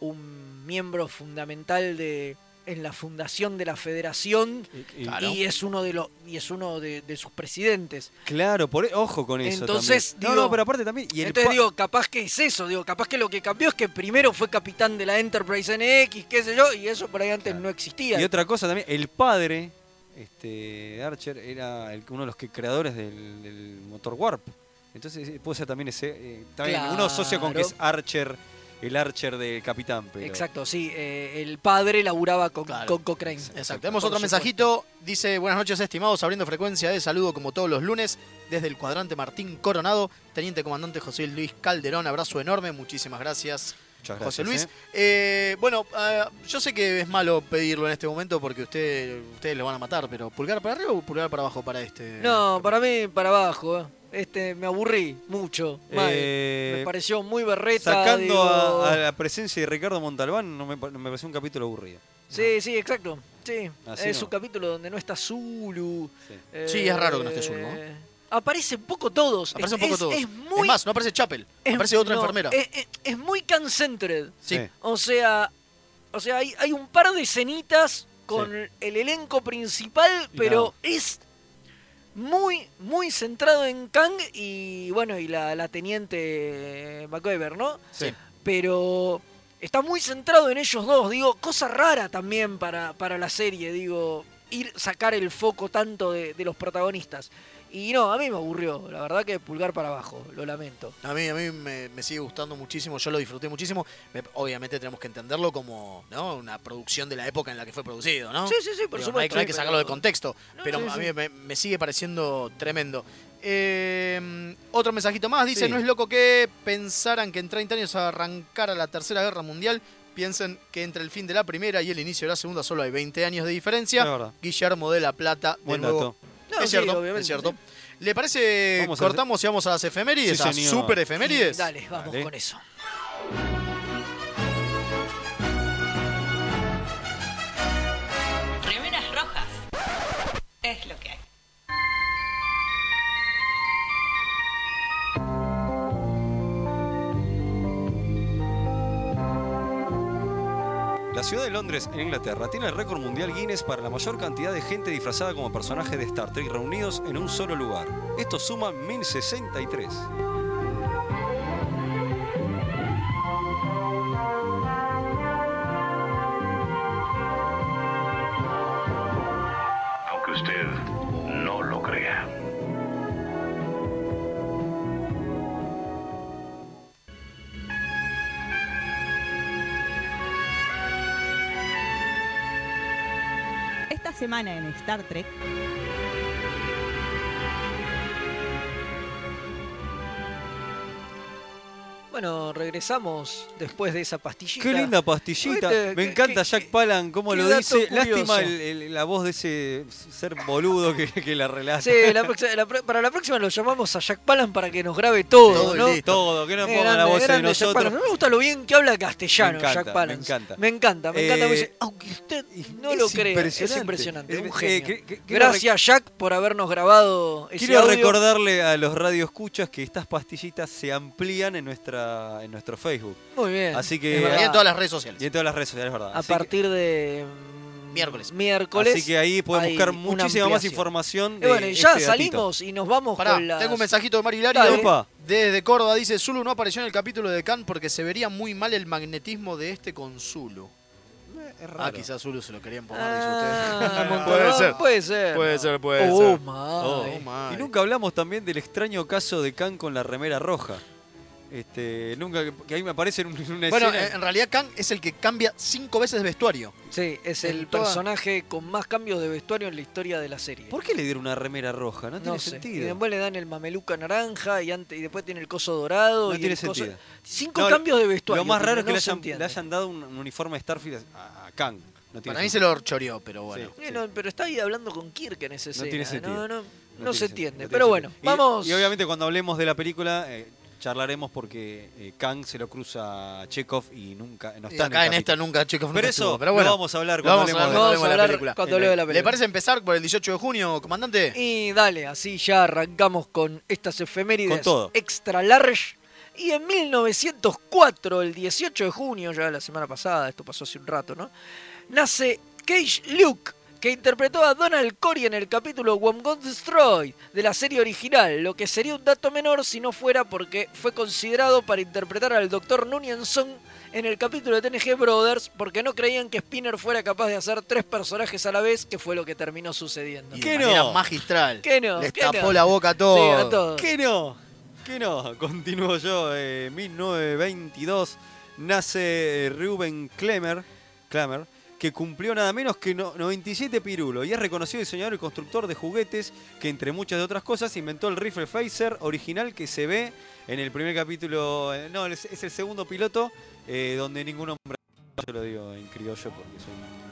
un miembro fundamental de en la fundación de la federación Y- y, y- Claro. es uno de los y es uno de, de sus presidentes Claro, por, e, ojo con eso. entonces también. digo no, no, pero aparte también. Y el entonces pa- digo capaz que es eso digo capaz que lo que cambió es que primero fue capitán de la Enterprise NX qué sé yo y eso por ahí antes no existía Y otra cosa también, el padre este, de Archer era el- uno de los que, creadores del, del motor Warp. Entonces eh, puede ser también ese. eh, también Uno asocia con que es Archer, el Archer del Capitán. Pero, Exacto, sí. eh, el padre laburaba con, con Cochrane. Exacto. Tenemos otro mensajito. Dice, buenas noches, estimados, abriendo frecuencia de saludo como todos los lunes desde el cuadrante Martín Coronado. Teniente Comandante José Luis Calderón, abrazo enorme, muchísimas gracias. Muchas José gracias, Luis, ¿eh? Eh, bueno, eh, yo sé que es malo pedirlo en este momento porque usted, ustedes lo van a matar, pero pulgar para arriba o pulgar para abajo para este. No, para mí, para abajo. eh. Este, me aburrí mucho. mal. Eh, me pareció muy berreta. Sacando digo- a, a la presencia de Ricardo Montalbán, no me, pa- me pareció un capítulo aburrido. Sí, sí, exacto. Sí. Así es no. un capítulo donde no está Zulu. Sí, es raro que no esté Zulu, eh, Aparecen poco todos. Aparece un Es- poco es- todos. Es muy. Es más, no aparece Chapel, *laughs* es- aparece otra no, enfermera. Es, es- es muy can-centered. Sí. Eh, O sea, o sea hay, hay un par de escenitas con el elenco principal, Y pero nada. es muy, muy centrado en Kang y bueno, y la, la teniente McGuiver, ¿no? Sí. Pero está muy centrado en ellos dos, digo, cosa rara también para, para la serie, digo, ir sacar el foco tanto de, de los protagonistas. Y no, a mí me aburrió, la verdad que pulgar para abajo, lo lamento. A mí, a mí me, me sigue gustando muchísimo, yo lo disfruté muchísimo. Me- obviamente tenemos que entenderlo como ¿no? una producción de la época en la que fue producido, ¿no? Sí, sí, sí, *laughs* por Digo, no hay- supuesto. No hay, que sacarlo de contexto, No, pero sí, a sí. mí me, me sigue pareciendo tremendo. Eh, otro mensajito más, dice, Sí. no es loco que pensaran que en 30 años arrancara la Tercera Guerra Mundial, piensen que entre el fin de la Primera y el inicio de la Segunda solo hay 20 años de Es diferencia. verdad. Guillermo de la Plata, de Buen nuevo. dato. No, es sí, cierto, obviamente, es cierto. ¿Le parece Vamos a- cortamos y vamos a las efemérides, Sí, a señor. super efemérides? Sí, dale, vamos Dale. con eso. Remeras rojas. Es lo que hay. La ciudad de Londres, en Inglaterra, tiene el récord mundial Guinness para la mayor cantidad de gente disfrazada como personajes de Star Trek reunidos en un solo lugar. Esto suma 1063. aunque usted no lo crea. Esta semana en Star Trek. Bueno, regresamos después de esa pastillita. Qué linda pastillita. ¿Viste? Me Qué- encanta qué- Jack Palan, cómo qué lo dato dice. Lástima curioso. el- el- la voz de ese ser boludo que, que la relata. Sí, *laughs* la prox- la pro- para la próxima lo llamamos a Jack Palan para que nos grabe todo, ¿no? Todo, que no Eh, pongan la grande, voz de grande Jack Palance. nosotros. A mí me gusta lo bien que habla castellano, Me encanta, Jack Palance. me encanta. Me encanta, me encanta. Eh, me dice, Aunque usted no es lo crea, es impresionante. impresionante. un Eh, genio. que- que- que- Gracias, Jack, por habernos grabado ese Quiero audio. recordarle a los radioescuchas que estas pastillitas se amplían en nuestra en nuestro Facebook. Muy bien. Así que Es verdad. Y en todas las redes sociales. Y en todas las redes sociales, es verdad. A Así que- partir de mm, Miércoles. miércoles. Así que ahí pueden hay buscar una muchísima más ampliación. información. Eh, de bueno, y ya este datito. salimos ¿eh? y nos vamos Pará, con las... tengo un mensajito de Mario Hilario. Dale. Opa. Desde Córdoba dice, Zulu no apareció en el capítulo de Khan porque se vería muy mal el magnetismo de este con Zulu. Ah, quizás Zulu se lo querían poner, dice Ah. Ah, usted. Montoro, puede ser. Puede ser, puede Oh, Uh, ser. my. Oh, my. Y nunca hablamos también del extraño caso de Khan con la remera roja. Este, nunca que ahí me aparece en un- en una Bueno, eh, escena. en realidad Khan es el que cambia cinco veces de vestuario. Sí, es En el toda- personaje con más cambios de vestuario en la historia de la serie. ¿Por qué le dieron una remera roja? No, tiene eh, sé. Y sentido. después le dan el mameluca naranja y antes y después tiene el coso dorado. No y tiene el coso- sentido. Cinco No, cambios de vestuario. Lo más tiene, raro es que no le se hayan, entiende. le hayan dado un, un uniforme Starfield a, a Khan. No tiene Para mí se sentido. lo choreó, pero bueno. Sí. Bueno, pero está ahí hablando con Kirk en ese No tiene sentido. No, no, no tiene se sentido, entiende. no tiene pero bueno, sentido. Y- vamos. Y, obviamente cuando hablemos de la película eh, charlaremos porque eh, Kang se lo cruza a Chekhov y nunca no Y está acá en el esta capítulo. nunca Chekhov Pero nunca eso estuvo, lo pero bueno, vamos a hablar lo cuando vamos a hablemos hablar de- cuando hablemos de la película. cuando hablemos de la película. ¿Le parece empezar por el 18 de junio, comandante? Y dale, así ya arrancamos con estas efemérides Con todo. extra large. Y en 1904, el 18 de junio, ya la semana pasada, esto pasó hace un rato, ¿no? Nace Cage Luke, que interpretó a Donald Corey en el capítulo One God Destroyed de la serie original, lo que sería un dato menor si no fuera porque fue considerado para interpretar al Dr. Nunyanson en el capítulo de TNG Brothers, porque no creían que Spinner fuera capaz de hacer tres personajes a la vez, que fue lo que terminó sucediendo. Y de manera magistral. ¿Qué no? Les ¿Qué tapó no? la boca a Sí, todos. a todos. ¿Qué no? ¿Qué no? Continúo yo. eh, 1922 nace Ruben Klemer, Klamer, que cumplió nada menos que no- 97 pirulo y es reconocido diseñador y constructor de juguetes que entre muchas otras cosas inventó el rifle Phaser original que se ve en el primer capítulo, eh, no, es, es el segundo piloto eh, donde ningún hombre, yo lo digo en criollo porque soy un-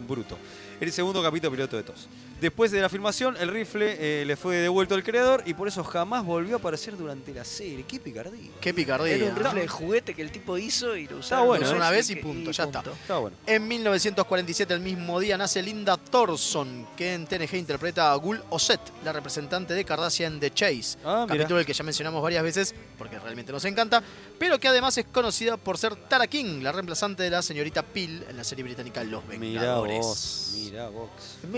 un bruto, el segundo capítulo piloto de todos. Después de la filmación, el rifle eh, le fue devuelto al creador y por eso jamás volvió a aparecer durante la serie. ¡Qué picardía! Qué picardía. Era un rifle de juguete que el tipo hizo y lo Está usaba bueno, una ¿eh? vez y punto, ya está. Está bueno. En 1947, el mismo día, nace Linda Thorson, que en TNG interpreta a Gul Osset, la representante de Cardassian The Chase. Ah, mirá. capítulo del que ya mencionamos varias veces, porque realmente nos encanta, pero que además es conocida por ser Tara King, la reemplazante de la señorita Peel en la serie británica Los Mirá Vengadores. vos, mirá vos. En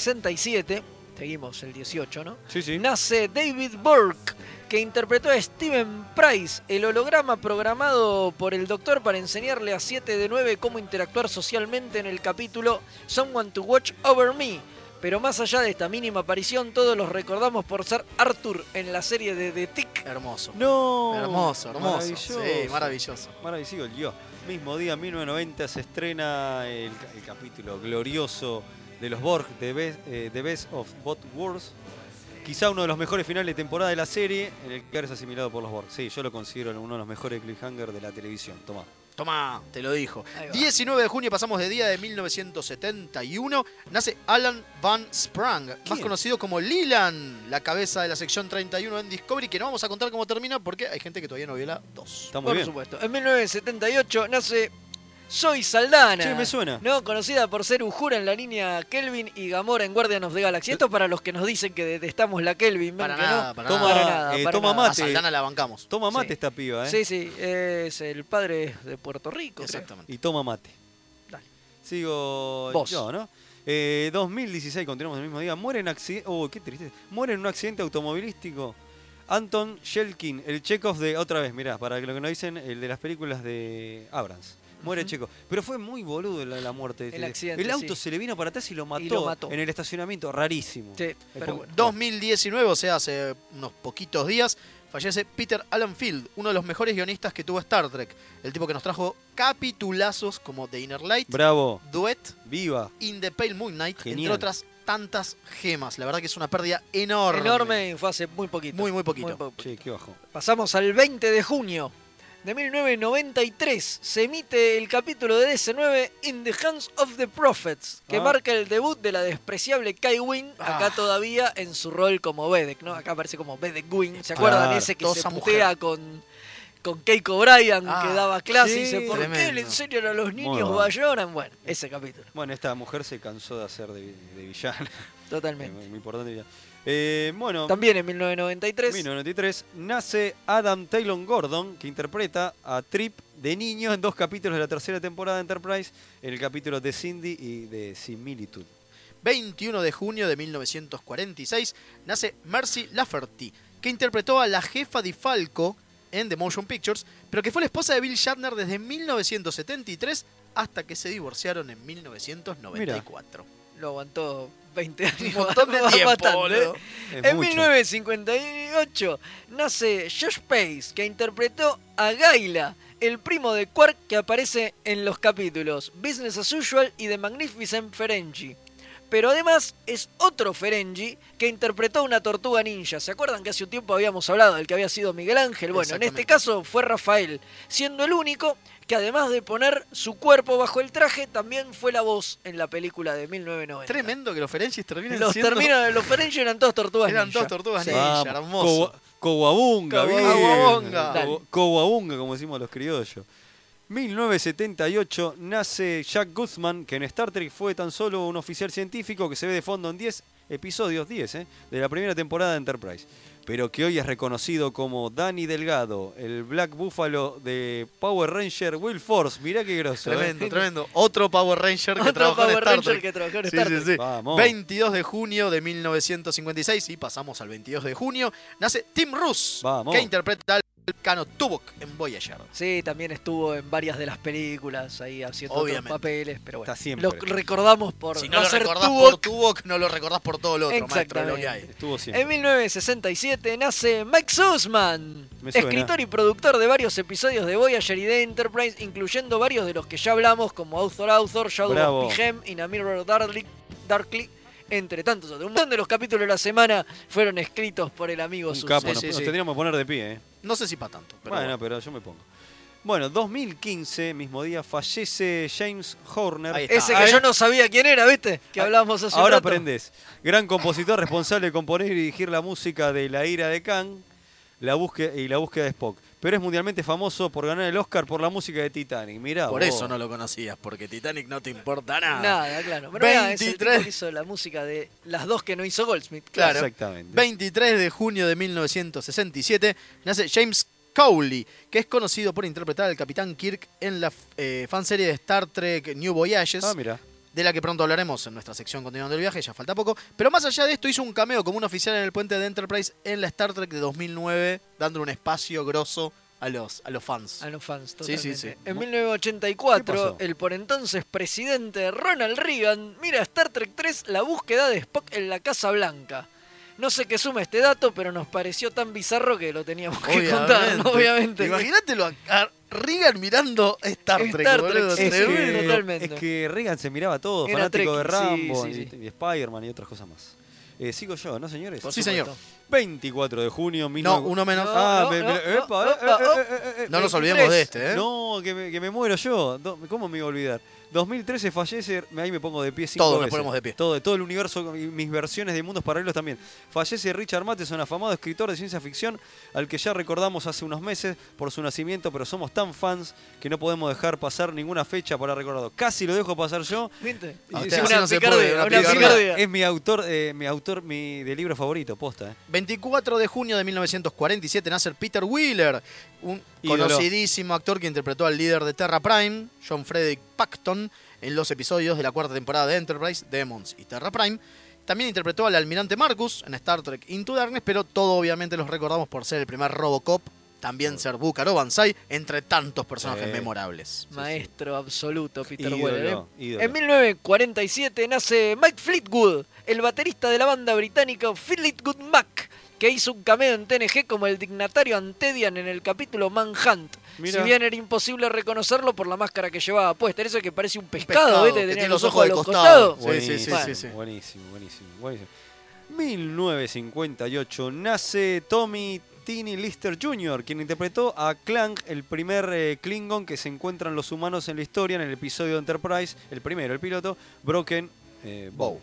1967, seguimos el 18, ¿no? Sí, sí. Nace David Burke, que interpretó a Steven Price, el holograma programado por el doctor para enseñarle a 7 de 9 cómo interactuar socialmente en el capítulo Someone to Watch Over Me, Pero más allá de esta mínima aparición, todos los recordamos por ser Arthur en la serie de The Tick. Hermoso. No. Hermoso, hermoso. Maravilloso. Sí, maravilloso. Maravilloso el guión. Mismo día, 1990, se estrena el, ca- el capítulo glorioso de los Borg, The Best, eh, The Best of Both Worlds. Quizá uno de los mejores finales de temporada de la serie, en el que eres asimilado por los Borg. Sí, yo lo considero uno de los mejores cliffhanger de la televisión. Tomá. Tomá, te lo dijo. 19 de junio pasamos de día de 1971. Nace Alan Van Sprang, más conocido como Leland, la cabeza de la sección 31 en Discovery, que no vamos a contar cómo termina porque hay gente que todavía no vio la 2. Está muy Por bien. supuesto. En 1978 nace Soy Saldana. Sí, me suena. No, conocida por ser Ujura en la línea Kelvin y Gamora en Guardian of the Galaxy. Esto para los que nos dicen que detestamos la Kelvin. ven Para que nada, no. para Toma, nada. eh, para toma nada. mate. A Saldana la bancamos. Toma mate Sí. esta piba, ¿eh? Sí, sí, es el padre de Puerto Rico. Exactamente. Y toma mate. Sigo Vos. yo, ¿no? Eh, 2016, continuamos el mismo día. Muere en accidente. Oh, qué triste. Muere en un accidente automovilístico. Anton Shelkin, el Chekhov de. Otra vez, mirá, para lo que nos dicen, el de las películas de Abrams. Muere Ujú. Chekhov. Pero fue muy boludo la, la muerte. de El este- accidente, El auto sí. se le vino para atrás y lo mató, lo mató. en el estacionamiento. Rarísimo. Sí, Me Pero pongo- bueno. 2019, o sea, hace unos poquitos días, fallece Peter Alan Field, uno de los mejores guionistas que tuvo Star Trek. El tipo que nos trajo capitulazos como The Inner Light, Bravo. Duet, Viva. In the Pale Moon Knight, Genial. entre otras tantas gemas. La verdad que es una pérdida enorme. Enorme, y fue hace muy poquito. Muy, muy poquito. po- Che, qué bajo. Pasamos al 20 de junio de 1993. Se emite el capítulo de DC9 In the Hands of the Prophets, que Ah. marca el debut de la despreciable Kai Wing, Ah. acá todavía en su rol como Bedek, ¿no? Acá aparece como Bedek Wing. ¿Se acuerdan Claro, ese que toda se esa putea con, con Keiko Bryan, Ah, que daba clase y sí, dice, ¿por qué le tremendo. enseñan a los Muy niños bueno. Bayoran? Bueno, ese capítulo, Bueno, esta mujer se cansó de hacer de, de villana. totalmente. Muy importante villana. Eh, bueno. También en 1993. 1993 nace Adam Taylor Gordon, que interpreta a Trip de niño en dos capítulos de la tercera temporada de Enterprise, en el capítulo de Cindy y de Similitud. 21 de junio de 1946 nace Mercy Lafferty, que interpretó a la jefa de Falco en The Motion Pictures, pero que fue la esposa de Bill Shatner desde 1973 hasta que se divorciaron *laughs* en 1994. Lo aguantó 20 años. Un montón *laughs* de va tiempo, matando. boludo. Es En mucho. 1958 nace Josh Pace, que interpretó a Gaila, el primo de Quark que aparece en los capítulos Business as Usual y The Magnificent Ferengi. Pero además es otro Ferengi que interpretó una tortuga ninja. ¿Se acuerdan que hace un tiempo habíamos hablado del que había sido Miguel Ángel? Bueno, en este Exactamente. caso fue Rafael, siendo el único que además de poner su cuerpo bajo el traje, también fue la voz en la película de 1990. Tremendo que los Ferengis terminan Los siendo- terminan, los Ferengi eran todos tortugas Eran ninja. todas tortugas Sí. ninja, Vamos, hermoso. Cowa- Coahuabunga, bien. Coahuabunga. Coahu- Dale. Coahuabunga, como decimos los criollos. 1978 nace Jack Guzman, que en Star Trek fue tan solo un oficial científico que se ve de fondo en 10 episodios, 10, eh, de la primera temporada de Enterprise, pero que hoy es reconocido como Danny Delgado, el Black Buffalo de Power Ranger Will Force. Mirá qué groso. eh. *laughs* Tremendo, tremendo. Otro Power Ranger que Otro trabajó en Power Star Ranger Trek. que trabajó en Sí, Star sí, Trek. sí. Vamos. 22 de junio de 1956, y pasamos al 22 de junio, nace Tim Russ, Vamos. que interpreta al cano Tubok en Voyager. Sí, también estuvo en varias de las películas ahí haciendo otros Obviamente. papeles, pero bueno. Está siempre. Lo recordamos por Si no va a lo ser recordás Tuvok. por Tubok, no lo recordás por todo lo otro, maestro, es lo que hay. Estuvo siempre. En 1967 nace Mike Sussman, Me suena. escritor y productor de varios episodios de Voyager y de Enterprise, incluyendo varios de los que ya hablamos, como Author Author, Shadow Bravo. of Pihem y A Mirror Darkly, Darkly, entre tantos otros. Un montón de los capítulos de la semana fueron escritos por el amigo Un Sussman. capo, nos, nos tendríamos que poner de pie, eh. No sé si para tanto, pero bueno, bueno. pero yo me pongo. Bueno, 2015, mismo día, fallece James Horner. Ahí está. Ah, Ese que yo no sabía quién era, ¿viste? Que hablábamos hace un Ahora rato. aprendés. Gran compositor responsable de componer y dirigir la música de La ira de Khan la búsqueda, y La búsqueda de Spock. Pero es mundialmente famoso por ganar el Oscar por la música de Titanic. Mirá. Por vos. eso no lo conocías, porque Titanic no te importa nada. Nada, claro. Pero mirá, es el tipo 23. que hizo la música de las dos que no hizo Goldsmith. Claro. Exactamente. 23 de junio de 1967 nace James Cowley, que es conocido por interpretar al Capitán Kirk en la eh, fanserie de Star Trek New Voyages. Ah, mirá. de la que pronto hablaremos en nuestra sección Continuando el viaje, ya falta poco. Pero más allá de esto, hizo un cameo como un oficial en el puente de Enterprise en la Star Trek de 2009, dándole un espacio grosso a los, a los fans. A los fans, Sí, sí, totalmente. sí. En ¿Qué 1984, pasó? el por entonces presidente Ronald Reagan mira Star Trek 3, la búsqueda de Spock en la Casa Blanca. No sé qué suma este dato, pero nos pareció tan bizarro que lo teníamos que contar, ¿no? obviamente. Imagínatelo a, a Reagan mirando Star Trek. Trek, boludo, sí, tremendo. es que Reagan se miraba todo, Era fanático de trekkie, sí, Rambo sí, y, este, y Spider-Man y otras cosas más. Eh, sigo yo, ¿no, señores? Por Sí, supuesto. señor. 24 de junio, No, uno menos. Ah, No, me- no, me- no, epa, no, eh, no, eh, no. eh, eh, eh, No nos 23. olvidemos de este, ¿eh? No, que me, que me muero yo. Do- ¿Cómo me iba a olvidar? 2013 fallece, ahí me pongo de pie cinco Todos nos veces. ponemos de pie. Todo, todo el universo, y mis versiones de mundos paralelos también. Fallece Richard Matheson, afamado escritor de ciencia ficción, al que ya recordamos hace unos meses por su nacimiento, pero somos tan fans que no podemos dejar pasar ninguna fecha para recordarlo. Casi lo dejo pasar yo. ¿Viste? Y Así es no se puede, Ah, una picardía. Es mi autor, eh, mi autor, mi de libro favorito, posta. eh. 24 de junio de 1947 nace Peter Wheeler, un Ídolo. conocidísimo actor que interpretó al líder de Terra Prime, John Frederick Pacton, en los episodios de la cuarta temporada de Enterprise, Demons y Terra Prime. También interpretó al almirante Marcus en Star Trek Into Darkness, pero todo obviamente los recordamos por ser el primer Robocop, también ser Búcaro Banzai, entre tantos personajes Sí. memorables. Maestro absoluto, Peter Ídolo, Weller. ¿eh? ídolo. En 1947 nace Mike Fleetwood, el baterista de la banda británica Fleetwood Mac, que hizo un cameo en TNG como el dignatario Antedian en el capítulo Manhunt. Mira. Si bien era imposible reconocerlo por la máscara que llevaba puesta, era eso que parece un pescado, pescado ¿viste? que Tenía tiene los ojos a los costados. Sí, sí, sí, Buenísimo, sí, sí. Buenísimo, buenísimo, buenísimo. 1958 nace Tommy Tini Lister Jr., quien interpretó a Clank, el primer eh, Klingon que se encuentran los humanos en la historia en el episodio de Enterprise, el primero, el piloto, Broken eh, Bow.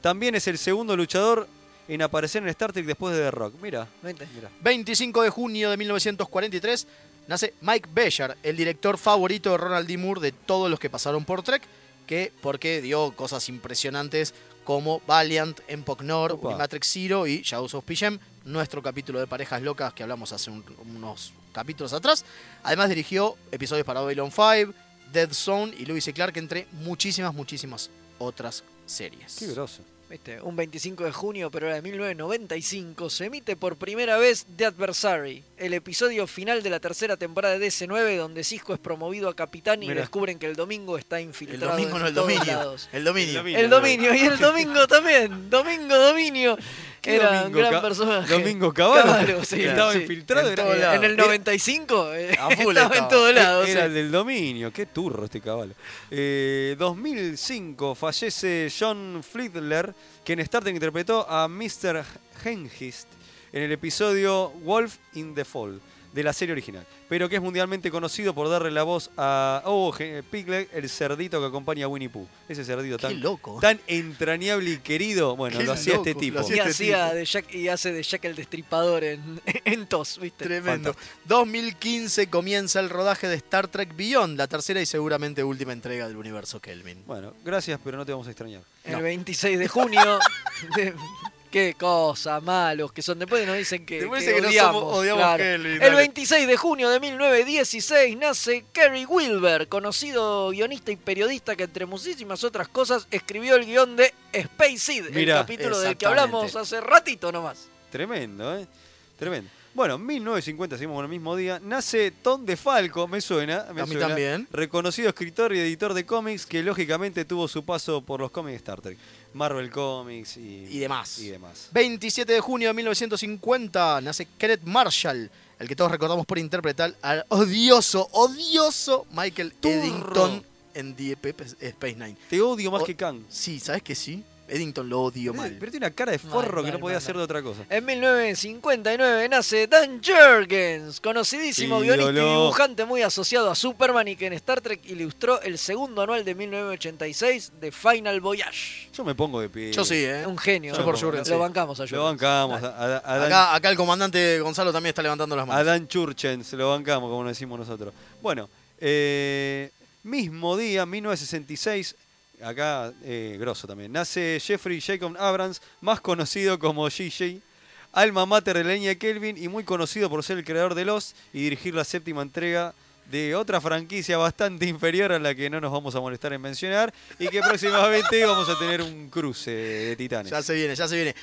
También es el segundo luchador en aparecer en Star Trek después de The Rock. eh, Mira, Vente. mira. 25 de junio de 1943 nace Mike Bellar, el director favorito de Ronald D. Moore de todos los que pasaron por Trek, que porque dio cosas impresionantes como Valiant, Empok Nor, Opa. Matrix Zero y Shadows of Pijem, nuestro capítulo de parejas locas que hablamos hace un- unos capítulos atrás. Además dirigió episodios para Babylon 5, Dead Zone y Louis C. Clark, entre muchísimas, muchísimas otras series. Qué groso. Viste, Este, Un 25 de junio, pero era de 1995, se emite por primera vez The Adversary, el episodio final de la tercera temporada de DC9, donde Cisco es promovido a capitán y Mirá. descubren que el domingo está infiltrado. domingo en no, el todos dominio. lados. El dominio. El dominio, y el domingo también. Domingo, dominio. ¿Qué Era Domingo un gran Ca- personaje. Domingo Cavallo? *laughs* sí, Que estaba sí. infiltrado, En, era- todo era- lado. En el era- 95 eh, *laughs* *laughs* A full estaba, en todos lados. eh. Era sí. el del dominio, qué turro este caballo. Eh, 2005 fallece John Fiddler, quien en Star Trek interpretó a Mr. Hengist en el episodio Wolf in the Fall de la serie original, pero que es mundialmente conocido por darle la voz a oh, Gen- Piglet, el cerdito que acompaña a Winnie Pooh. Ese cerdito tan, loco. tan entrañable y querido, bueno, Qué lo hacía este loco, lo tipo. hacía Y, hacía de Jack, y hace de Jack el destripador en, *laughs* en TOS, ¿viste? Tremendo. 2015 comienza el rodaje de Star Trek Beyond, la tercera y seguramente última entrega del universo Kelvin. Bueno, gracias, pero no te vamos a extrañar. El 26 de *laughs* junio. de- Qué cosa, malos que son. Después nos dicen que, Después que dicen que no odiamos. somos- odiamos claro. Kelvin, El dale. 26 de junio de 1916 nace Kerry Wilber, conocido guionista y periodista que entre muchísimas otras cosas escribió el guión de Space Seed, el Mirá, capítulo del que exactamente. hablamos hace ratito nomás. Tremendo, ¿eh? Tremendo. Bueno, 1950, seguimos con el mismo día, nace Tom de Falco, me suena. Me A mí suena. también. Reconocido escritor y editor de cómics que lógicamente tuvo su paso por los cómics de Star Trek. Marvel Comics y, Y demás. Y demás. 27 de junio de 1950 nace Kenneth Marshall, el que todos recordamos por interpretar al odioso, odioso Michael Eddington en Deep Space Nine. Te odio más que Khan. Sí, ¿sabes que sí? Eddington lo odio Eh, mal. Pero tiene una cara de forro que no podía hacer de otra cosa. En 1959 nace Dan Jurgens, conocidísimo Ídolo. guionista y dibujante muy asociado a Superman y que en Star Trek ilustró el segundo anual de 1986 de Final Voyage. Yo me pongo de pie. Yo sí, ¿eh? Un genio. Yo ¿eh? por Jurgens, Lo sí. bancamos a Lo Jurgens. bancamos. A, a- a Dan- Acá, acá el comandante Gonzalo también está levantando las A manos. Dan Churchen, se lo bancamos, como lo decimos nosotros. Bueno, eh, mismo día, 1966, acá, eh, grosso también, nace Jeffrey Jacob Abrams, más conocido como GJ, alma mater de Leña Kelvin y muy conocido por ser el creador de Lost y dirigir la séptima entrega de otra franquicia bastante inferior a la que no nos vamos a molestar en mencionar y que próximamente vamos a tener un cruce de titanes. Ya se viene, ya se viene.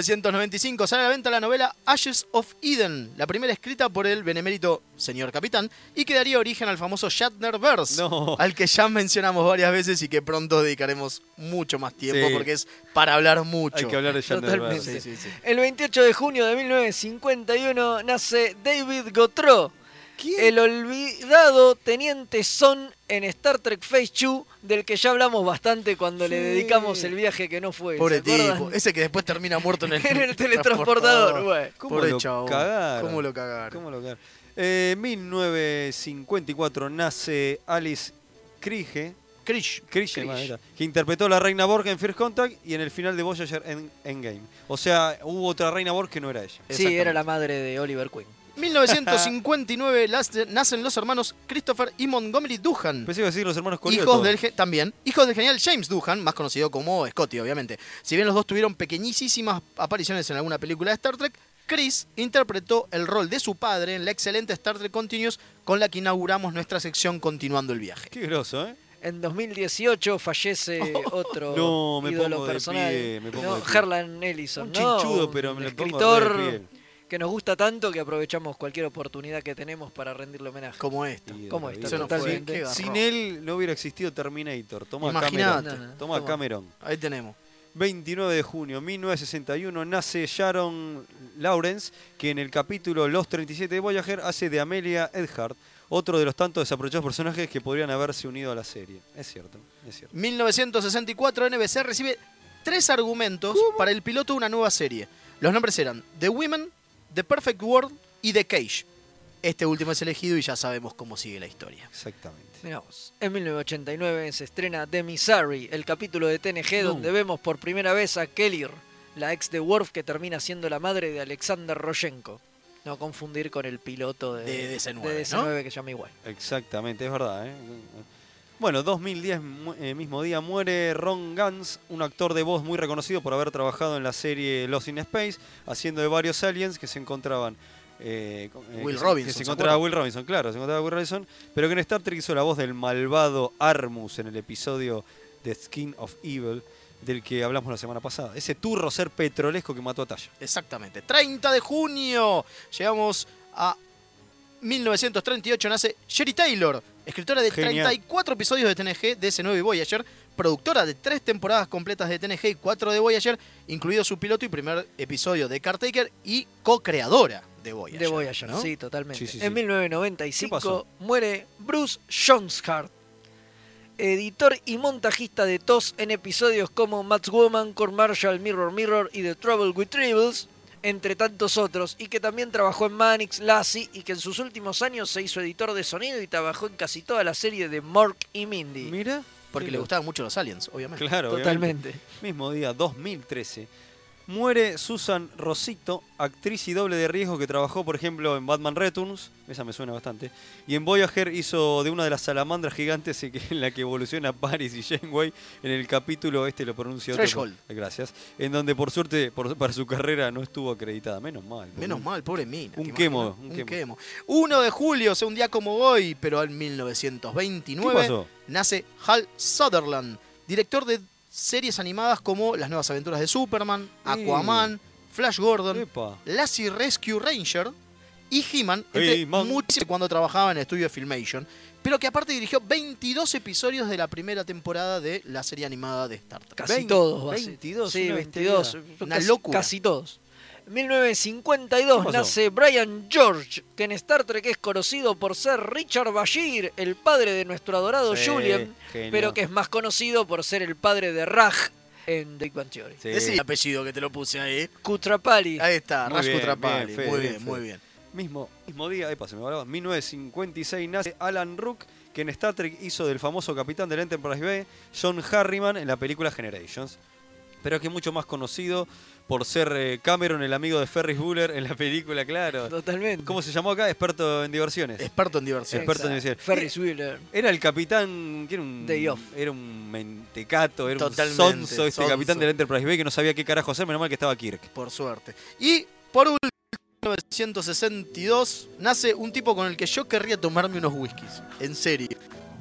1995 sale a la venta la novela Ashes of Eden, la primera escrita por el benemérito señor capitán y que daría origen al famoso Shatnerverse, al que ya mencionamos varias veces y que pronto dedicaremos mucho más tiempo Sí. porque es para hablar mucho. Hay que hablar de Shatnerverse. Totalmente. El 28 de junio de 1951 nace David Gotro, el olvidado teniente Son en Star Trek Phase 2, del que ya hablamos bastante cuando le dedicamos el viaje que no fue. Pobre ¿se acuerdan? *laughs* tipo, ese que después termina muerto en el, En el teletransportador, güey. ¿Cómo ¿Cómo lo, chabón. cagaron? ¿Cómo lo cagaron? ¿Cómo lo cagaron? Eh, 1954 nace Alice Krige. Krish. Krish. Que interpretó a la reina Borg en First Contact y en el final de Voyager en Endgame. O sea, hubo otra reina Borg que no era ella. Sí, era la madre de Oliver Queen. 1959 las- nacen los hermanos Christopher y Montgomery Duhan. Pensé que iba a decir los hermanos Hijos Colioto. del, ge- también, hijos del genial James Doohan, más conocido como Scotty, obviamente. Si bien los dos tuvieron pequeñísimas apariciones en alguna película de Star Trek, Chris interpretó el rol de su padre en la excelente Star Trek Continuous con la que inauguramos nuestra sección Continuando el viaje. Qué groso, ¿eh? En 2018 *laughs* fallece otro No, me ídolo pongo de personal. pie, me pongo ¿no? de pie. Harlan Ellison. Un ¿no? chinchudo, Un pero me lo pongo escritor re de pie. que nos gusta tanto que aprovechamos cualquier oportunidad que tenemos para rendirle homenaje. Como esta. Como esta, Eso no fue. totalmente. Sin él no hubiera existido Terminator. Toma Cameron. Imagínate. Tomá, Tomá. Cameron. Ahí tenemos. 29 de junio 1961 nace Sharon Lawrence, que en el capítulo Los 37 de Voyager hace de Amelia Earhart, otro de los tantos desaprovechados personajes que podrían haberse unido a la serie. Es cierto, es cierto. 1964 NBC recibe tres argumentos para el piloto de una nueva serie. Los nombres eran The Women, The Perfect World y The Cage. Este último es elegido y ya sabemos cómo sigue la historia. Exactamente. Mirá vos. En 1989 se estrena The Missary, el capítulo de TNG donde vemos por primera vez a Kellir, la ex de Worf que termina siendo la madre de Alexander Roshenko. No confundir con el piloto de, De DC9, de ¿no? que se llama igual. Exactamente, es verdad. ¿eh? Bueno, 2010, mu- eh, mismo día, muere Ron Gans, un actor de voz muy reconocido por haber trabajado en la serie Lost in Space, haciendo de varios aliens que se encontraban. eh, con- eh, Will que se- Robinson, que se ¿se encontraba acuerdan? Will Robinson, claro, se encontraba Will Robinson, pero que en Star Trek hizo la voz del malvado Armus en el episodio de Skin of Evil, del que hablamos la semana pasada. Ese turro ser petrolesco que mató a Tasha. Exactamente. 30 de junio llegamos a 1938. Nace Sherry Taylor, escritora de Genial. 34 episodios de TNG, DS9 y Voyager, productora de tres temporadas completas de TNG y cuatro de Voyager, incluido su piloto y primer episodio de Cartaker y co-creadora de Voyager. De Voyager, ¿no? sí, totalmente. Sí, sí, sí. En 1995 pasó? muere Bruce Johnshart, editor y montajista de TOS en episodios como Matt Woman, Core Marshall, Mirror Mirror y The Trouble with Tribbles, entre tantos otros, y que también trabajó en Manix, Lassie, y que en sus últimos años se hizo editor de sonido y trabajó en casi toda la serie de Mork y Mindy. Mira. Porque le gustaban mucho los aliens, obviamente. Claro, Totalmente. obviamente. Mismo día, 2013. Muere Susan Rosito, actriz y doble de riesgo que trabajó, por ejemplo, en Batman Returns, esa me suena bastante, y en Voyager hizo de una de las salamandras gigantes en que- *laughs* en la que evoluciona Paris y Janeway, en el capítulo, este lo pronuncio otro, Threshold. gracias, en donde por suerte, por- para su carrera no estuvo acreditada, menos mal. Menos mal, pobre mina. Un ¿te quemo, imaginas? un un, quemo. quemo. 1 de julio, o sea, un día como hoy, pero en 1929, ¿Qué pasó? nace Hal Sutherland, director de series animadas como Las Nuevas Aventuras de Superman, Aquaman, Flash Gordon, Epa. Lassie Rescue Ranger y He-Man, entre He-Man. muchísimos cuando trabajaba en el estudio Filmation, pero que aparte dirigió 22 episodios de la primera temporada de la serie animada de Star Trek. Casi 20, todos. va a ser. 22, Sí, una 22. bestialidad. Yo Una casi- locura. Casi todos. ¿Qué 1952 pasó? nace Brian George, que en Star Trek es conocido por ser Richard Bashir, el padre de nuestro adorado Sí, Julian, genio. pero que es más conocido por ser el padre de Raj en Big Bang Theory. Sí. Decí el apellido que te lo puse ahí. Kutrapali. Ahí está, Muy Raj bien, Kutrapali. bien, Fede, muy bien, bien, Fede. muy bien. Mismo, mismo día, epa, se me va la- 1956 nace Alan Rook, que en Star Trek hizo del famoso capitán del Enterprise B, John Harriman, en la película Generations. Pero que es mucho más conocido por ser eh, Cameron, el amigo de Ferris Bueller en la película, claro. Totalmente. ¿Cómo se llamó acá? Experto en diversiones. Experto en diversión. Experto en diversión. Ferris Wheeler. Era el capitán, que era un, Day off. era un mentecato, era Totalmente, un sonso este sonso. capitán del Enterprise B que no sabía qué carajo hacer, menos mal que estaba Kirk. Por suerte. Y por último, 1962 nace un tipo con el que yo querría tomarme unos whiskies. En serio.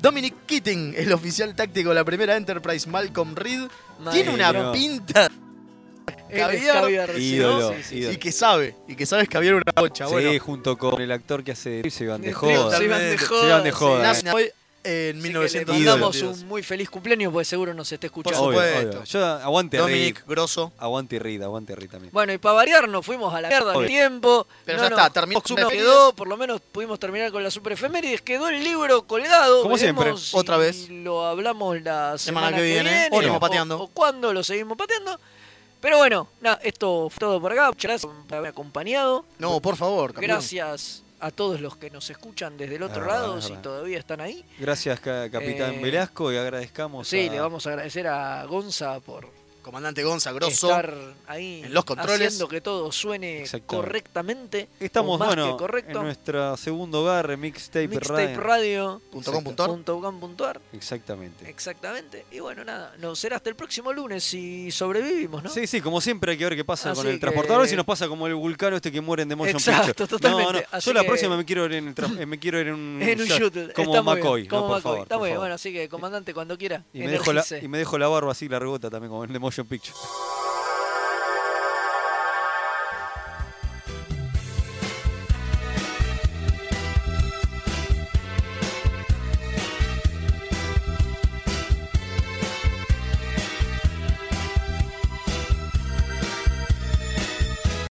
Dominic Keating, el oficial táctico de la primera Enterprise Malcolm Reed, Madre tiene una mía. pinta. de Él es caviar, sí, Ídolo, ¿no? Sí, sí, ídolo. Y que sabe, y que sabe escabiar una bocha. Sí, bueno, junto con el actor que hace de- se iban de Sí, joda. se iban de joda, Se iban de sí. joda, eh. Nace hoy Así en que 1900. le mandamos Ídolo. un muy feliz cumpleaños porque seguro nos está escuchando. Obvio, obvio. Yo aguante Dominic Reed. Grosso. Aguante Reed, aguante Reed también. Bueno, y para variar nos fuimos a la mierda Obvio. el tiempo. Pero No ya nos- está, terminó no Super quedó, por lo menos pudimos terminar con la super efemérides. Quedó el libro colgado. Como veremos siempre, si otra vez. Lo hablamos la semana, Semana que viene, o seguimos pateando. O, cuando lo seguimos pateando. Pero bueno, nada, esto fue todo por acá. Muchas gracias por haberme acompañado. No, por favor, campeón. Gracias a todos los que nos escuchan desde el otro verdad, lado, es si verdad. todavía están ahí. Gracias, ca- Capitán Eh, Velasco, y agradezcamos. Sí, a- le vamos a agradecer a Gonza por Comandante Gonza Grosso. estar ahí en los controles. haciendo que todo suene Exactamente. correctamente. o Estamos, más bueno, que correcto. en nuestro segundo hogar, Mixtape, Mixtape Radio. Radio. Eh, .com.ar. Punto com punto ar. Exactamente. Exactamente. Y bueno, nada, nos será hasta el próximo lunes si sobrevivimos, ¿no? Sí, sí, como siempre hay que ver qué pasa Así con el que- transportador, si nos pasa como el vulcano este que muere en The Motion Exacto, Picture. totalmente. No, no, Así Yo la que- próxima me quiero ir en, el tra- *laughs* eh, me quiero ir en un, *laughs* En un shot, shooter. como Está muy bien, McCoy, como no, por McCoy. favor, Está por muy bien, favor. bueno, así que comandante, cuando quiera. Y me, dejo la, energice. y me dejo la barba así, la rebota también, como en The Motion Picture.